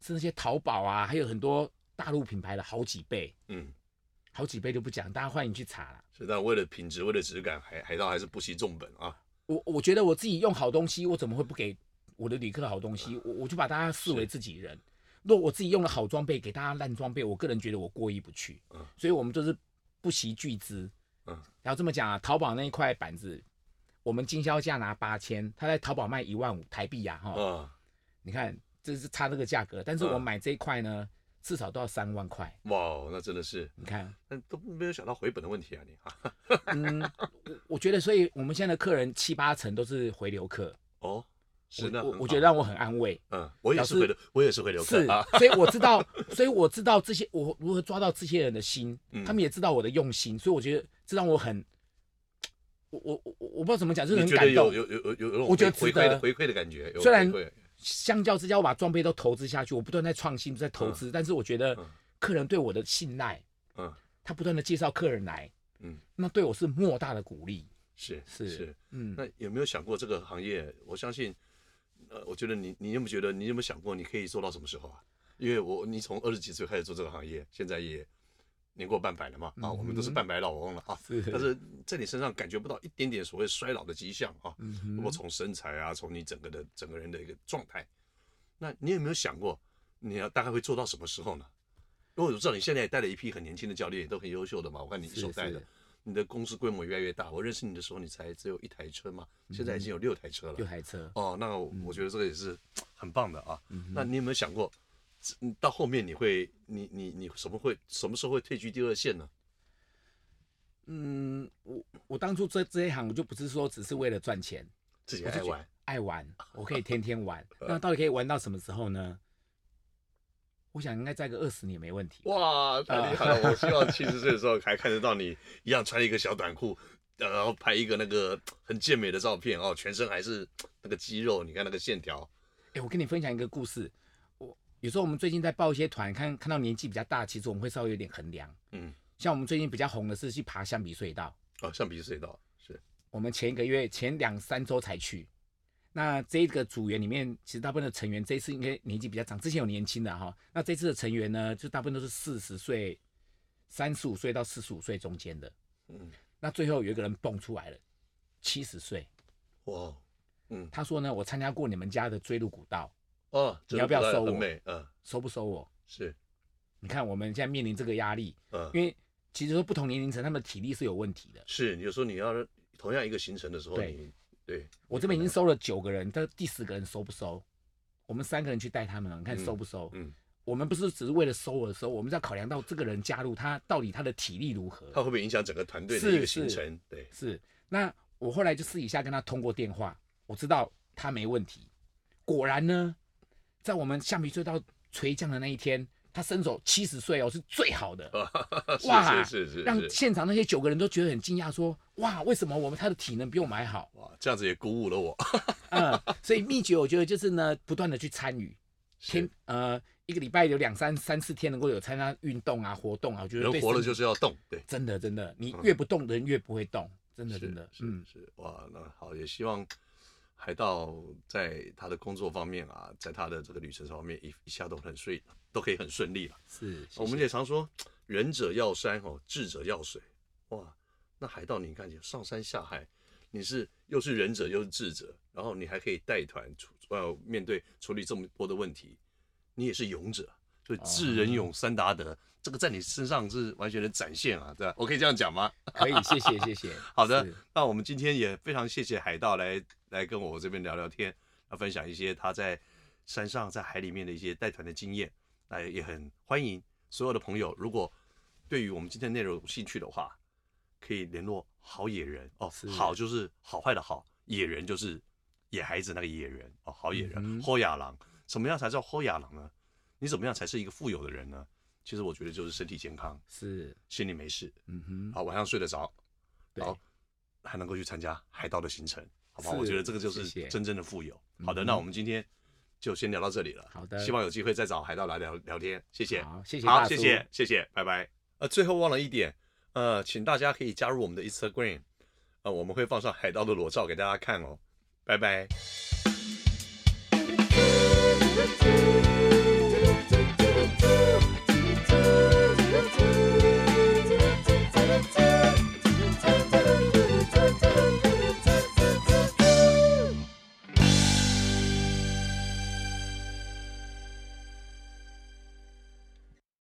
Speaker 2: 是那些淘宝啊，还有很多大陆品牌的好几倍，
Speaker 1: 嗯，
Speaker 2: 好几倍就不讲，大家欢迎去查啦。
Speaker 1: 是，但为了品质，为了质感，海海盗还是不惜重本啊。
Speaker 2: 我我觉得我自己用好东西，我怎么会不给我的旅客好东西？我我就把大家视为自己人。若我自己用了好装备给大家烂装备，我个人觉得我过意不去
Speaker 1: 嗯。
Speaker 2: 所以我们就是不惜巨资。
Speaker 1: 嗯，
Speaker 2: 然后这么讲啊，淘宝那一块板子，我们经销价拿八千，他在淘宝卖一万五台币呀、哈、
Speaker 1: 啊，
Speaker 2: 你看这是差这个价格，但是
Speaker 1: 嗯
Speaker 2: 我买这一块呢，至少都要三万块。
Speaker 1: 哇哦，那真的是，
Speaker 2: 你看，
Speaker 1: 但都没有想到回本的问题啊，你啊。
Speaker 2: 嗯，我我觉得，所以我们现在的客人七八成都是回流客，
Speaker 1: 哦，
Speaker 2: 我
Speaker 1: 是那
Speaker 2: 我
Speaker 1: 很
Speaker 2: 我
Speaker 1: 好
Speaker 2: 觉得，让我很安慰。
Speaker 1: 嗯，我也
Speaker 2: 表
Speaker 1: 是
Speaker 2: 示
Speaker 1: 回流，我也是回流客
Speaker 2: 是
Speaker 1: 啊。，
Speaker 2: 所以我 知道，所以我知道这些我如何抓到这些人的心，
Speaker 1: 嗯
Speaker 2: 他们也知道我的用心，所以我觉得这让我很，我我我我不知道怎么讲，就是
Speaker 1: 你
Speaker 2: 很
Speaker 1: 觉得
Speaker 2: 感
Speaker 1: 有
Speaker 2: 动。
Speaker 1: 有有有有有种
Speaker 2: 我觉得
Speaker 1: 回
Speaker 2: 值
Speaker 1: 回馈的
Speaker 2: 得
Speaker 1: 回馈的感觉，有
Speaker 2: 虽然
Speaker 1: 回馈
Speaker 2: 相较之下，我把装备都投资下去，我不断在创新，在投资，但是我觉得
Speaker 1: 嗯
Speaker 2: 客人对我的信赖，
Speaker 1: 嗯
Speaker 2: 他不断的介绍客人来，
Speaker 1: 嗯，
Speaker 2: 那对我是莫大的鼓励。
Speaker 1: 是
Speaker 2: 是
Speaker 1: 是。
Speaker 2: 嗯，
Speaker 1: 那有没有想过这个行业？我相信，呃，我觉得你你有没有觉得你有没有想过你可以做到什么时候啊？因为我你从二十几岁开始做这个行业，现在也年过半百了嘛，啊，我们都是
Speaker 2: 嗯哼
Speaker 1: 半百老翁了啊。
Speaker 2: 是
Speaker 1: 但是在你身上感觉不到一点点所谓衰老的迹象啊，
Speaker 2: 嗯哼
Speaker 1: 那么从身材啊，从你整个的整个人的一个状态，那你有没有想过你要大概会做到什么时候呢？因为我知道你现在也带了一批很年轻的教练，也都很优秀的嘛，我看你一
Speaker 2: 是
Speaker 1: 手带的
Speaker 2: 是，
Speaker 1: 你的公司规模越来越大。我认识你的时候，你才只有一台车嘛，现在已经有六台车了
Speaker 2: 嗯六。台嗯车，嗯
Speaker 1: 哦，那我我觉得这个也是很棒的啊。那你有没有想过，这嗯到后面你会，你你你什么会什么时候会退居第二线呢？
Speaker 2: 嗯，我我当初这这一行，我就不是说只是为了赚钱，
Speaker 1: 自己
Speaker 2: 我
Speaker 1: 爱
Speaker 2: 就觉
Speaker 1: 玩
Speaker 2: 得，爱玩，我可以天 天玩。那到底可以玩到什么时候呢？我想应该再个二十年没问题。
Speaker 1: 哇，太厉害
Speaker 2: 啊
Speaker 1: 了！我希望七十岁的时候还看得到你一样穿一个小短裤，呃然后拍一个那个很健美的照片哦，全身还是那个肌肉，你看那个线条，
Speaker 2: 哎、我跟你分享一个故事。我有时候我们最近在报一些团，看看到年纪比较大，其实我们会稍微有点衡量。
Speaker 1: 嗯，
Speaker 2: 像我们最近比较红的是去爬橡皮隧道，
Speaker 1: 哦，橡皮隧道是，
Speaker 2: 我们前一个月、前两三周才去。那这个组员里面，其实大部分的成员这一次应该年纪比较长，之前有年轻的哈。那这次的成员呢，就大部分都是四十岁、三十五岁到四十五岁中间的。
Speaker 1: 嗯，
Speaker 2: 那最后有一个人蹦出来了，七十岁，
Speaker 1: 哇，嗯，
Speaker 2: 他说呢，我参加过你们家的追鹿古道，
Speaker 1: 哦，
Speaker 2: 你要不要
Speaker 1: 这个
Speaker 2: 收
Speaker 1: 很
Speaker 2: 我
Speaker 1: 美，嗯，
Speaker 2: 收不收我？
Speaker 1: 是，
Speaker 2: 你看我们现在面临这个压力，
Speaker 1: 嗯，
Speaker 2: 因为其实说不同年龄层他们的体力是有问题的。
Speaker 1: 是，有时候你要是同样一个行程的时候，
Speaker 2: 对
Speaker 1: 你对，
Speaker 2: 我这边已经收了九个人，但第十个人收不收？我们三个人去带他们了，你看收不收？
Speaker 1: 嗯，
Speaker 2: 我们不是只是为了收而收，我们是要考量到这个人加入他到底他的体力如
Speaker 1: 它会
Speaker 2: 何。
Speaker 1: 不会影响整个团队的一个
Speaker 2: 是
Speaker 1: 行
Speaker 2: 是
Speaker 1: 程？对，
Speaker 2: 是，那我后来就私底下跟他通过电话，我知道他没问题。果然呢，在我们橡皮隧道垂降的那一天，他身手七十岁哦，是最好的。
Speaker 1: 啊，
Speaker 2: 哇
Speaker 1: 是是是
Speaker 2: 让
Speaker 1: 是是，
Speaker 2: 现场那些九个人都觉得很惊讶，说：“哇，为什么我们他的体能比我们还好
Speaker 1: 哇，这样子也鼓舞了我。？”
Speaker 2: 嗯，所以秘诀我觉得就是呢，不断的去参与，天
Speaker 1: 是
Speaker 2: 呃一个礼拜有两三三四天能够有参加运动啊活动啊，我觉得
Speaker 1: 人
Speaker 2: 对
Speaker 1: 活了
Speaker 2: 身体
Speaker 1: 就是要动，对，
Speaker 2: 真的真的，你
Speaker 1: 嗯
Speaker 2: 越不动人越不会动，真的
Speaker 1: 是
Speaker 2: 真的，
Speaker 1: 是
Speaker 2: 嗯，
Speaker 1: 是，哇，那好，也希望海盗在他的工作方面啊，在他的这个旅程方面一一下都很顺，都可以很顺利了。
Speaker 2: 是，
Speaker 1: 我们也常说，仁者要山哦，智者要水。哇，那海盗你看，上山下海，你是又是仁者又是智者，然后你还可以带团处呃面对处理这么多的问题，你也是勇者。所以智
Speaker 2: 啊
Speaker 1: 人勇三达德，这个在你身上是完全的展现啊，对吧？我可以这样讲吗？
Speaker 2: 可以，谢谢谢谢，
Speaker 1: 好的
Speaker 2: 是，
Speaker 1: 那我们今天也非常谢谢海盗来来跟我这边聊聊天，啊，分享一些他在山上、在海里面的一些带团的经验。那也很欢迎所有的朋友，如果对于我们今天的内容有兴趣的话，可以联络好野人哦
Speaker 2: 是，
Speaker 1: 好就是好坏的好，野人就是野孩子那个野人哦，好野人，
Speaker 2: 嗯哼
Speaker 1: 豁亚郎，什么样才叫豁亚郎呢？你怎么样才是一个富有的人呢？其实我觉得就是身体健康，
Speaker 2: 是，
Speaker 1: 心里没事，
Speaker 2: 嗯哼，
Speaker 1: 啊好晚上睡得着，
Speaker 2: 对，
Speaker 1: 好还能够去参加海盗的行程，好不好？
Speaker 2: 是
Speaker 1: 我觉得这个就是
Speaker 2: 谢谢
Speaker 1: 真正的富有。好的，
Speaker 2: 嗯
Speaker 1: 那我们今天就先聊到这里了。
Speaker 2: 好的
Speaker 1: 希望有机会再找海盗来聊聊天。谢谢，
Speaker 2: 好，谢谢
Speaker 1: 好，
Speaker 2: 大
Speaker 1: 谢
Speaker 2: 叔
Speaker 1: 谢，谢谢，拜拜。呃，最后忘了一点，呃，请大家可以加入我们的 Instagram，呃，我们会放上海盗的裸照给大家看哦。拜拜。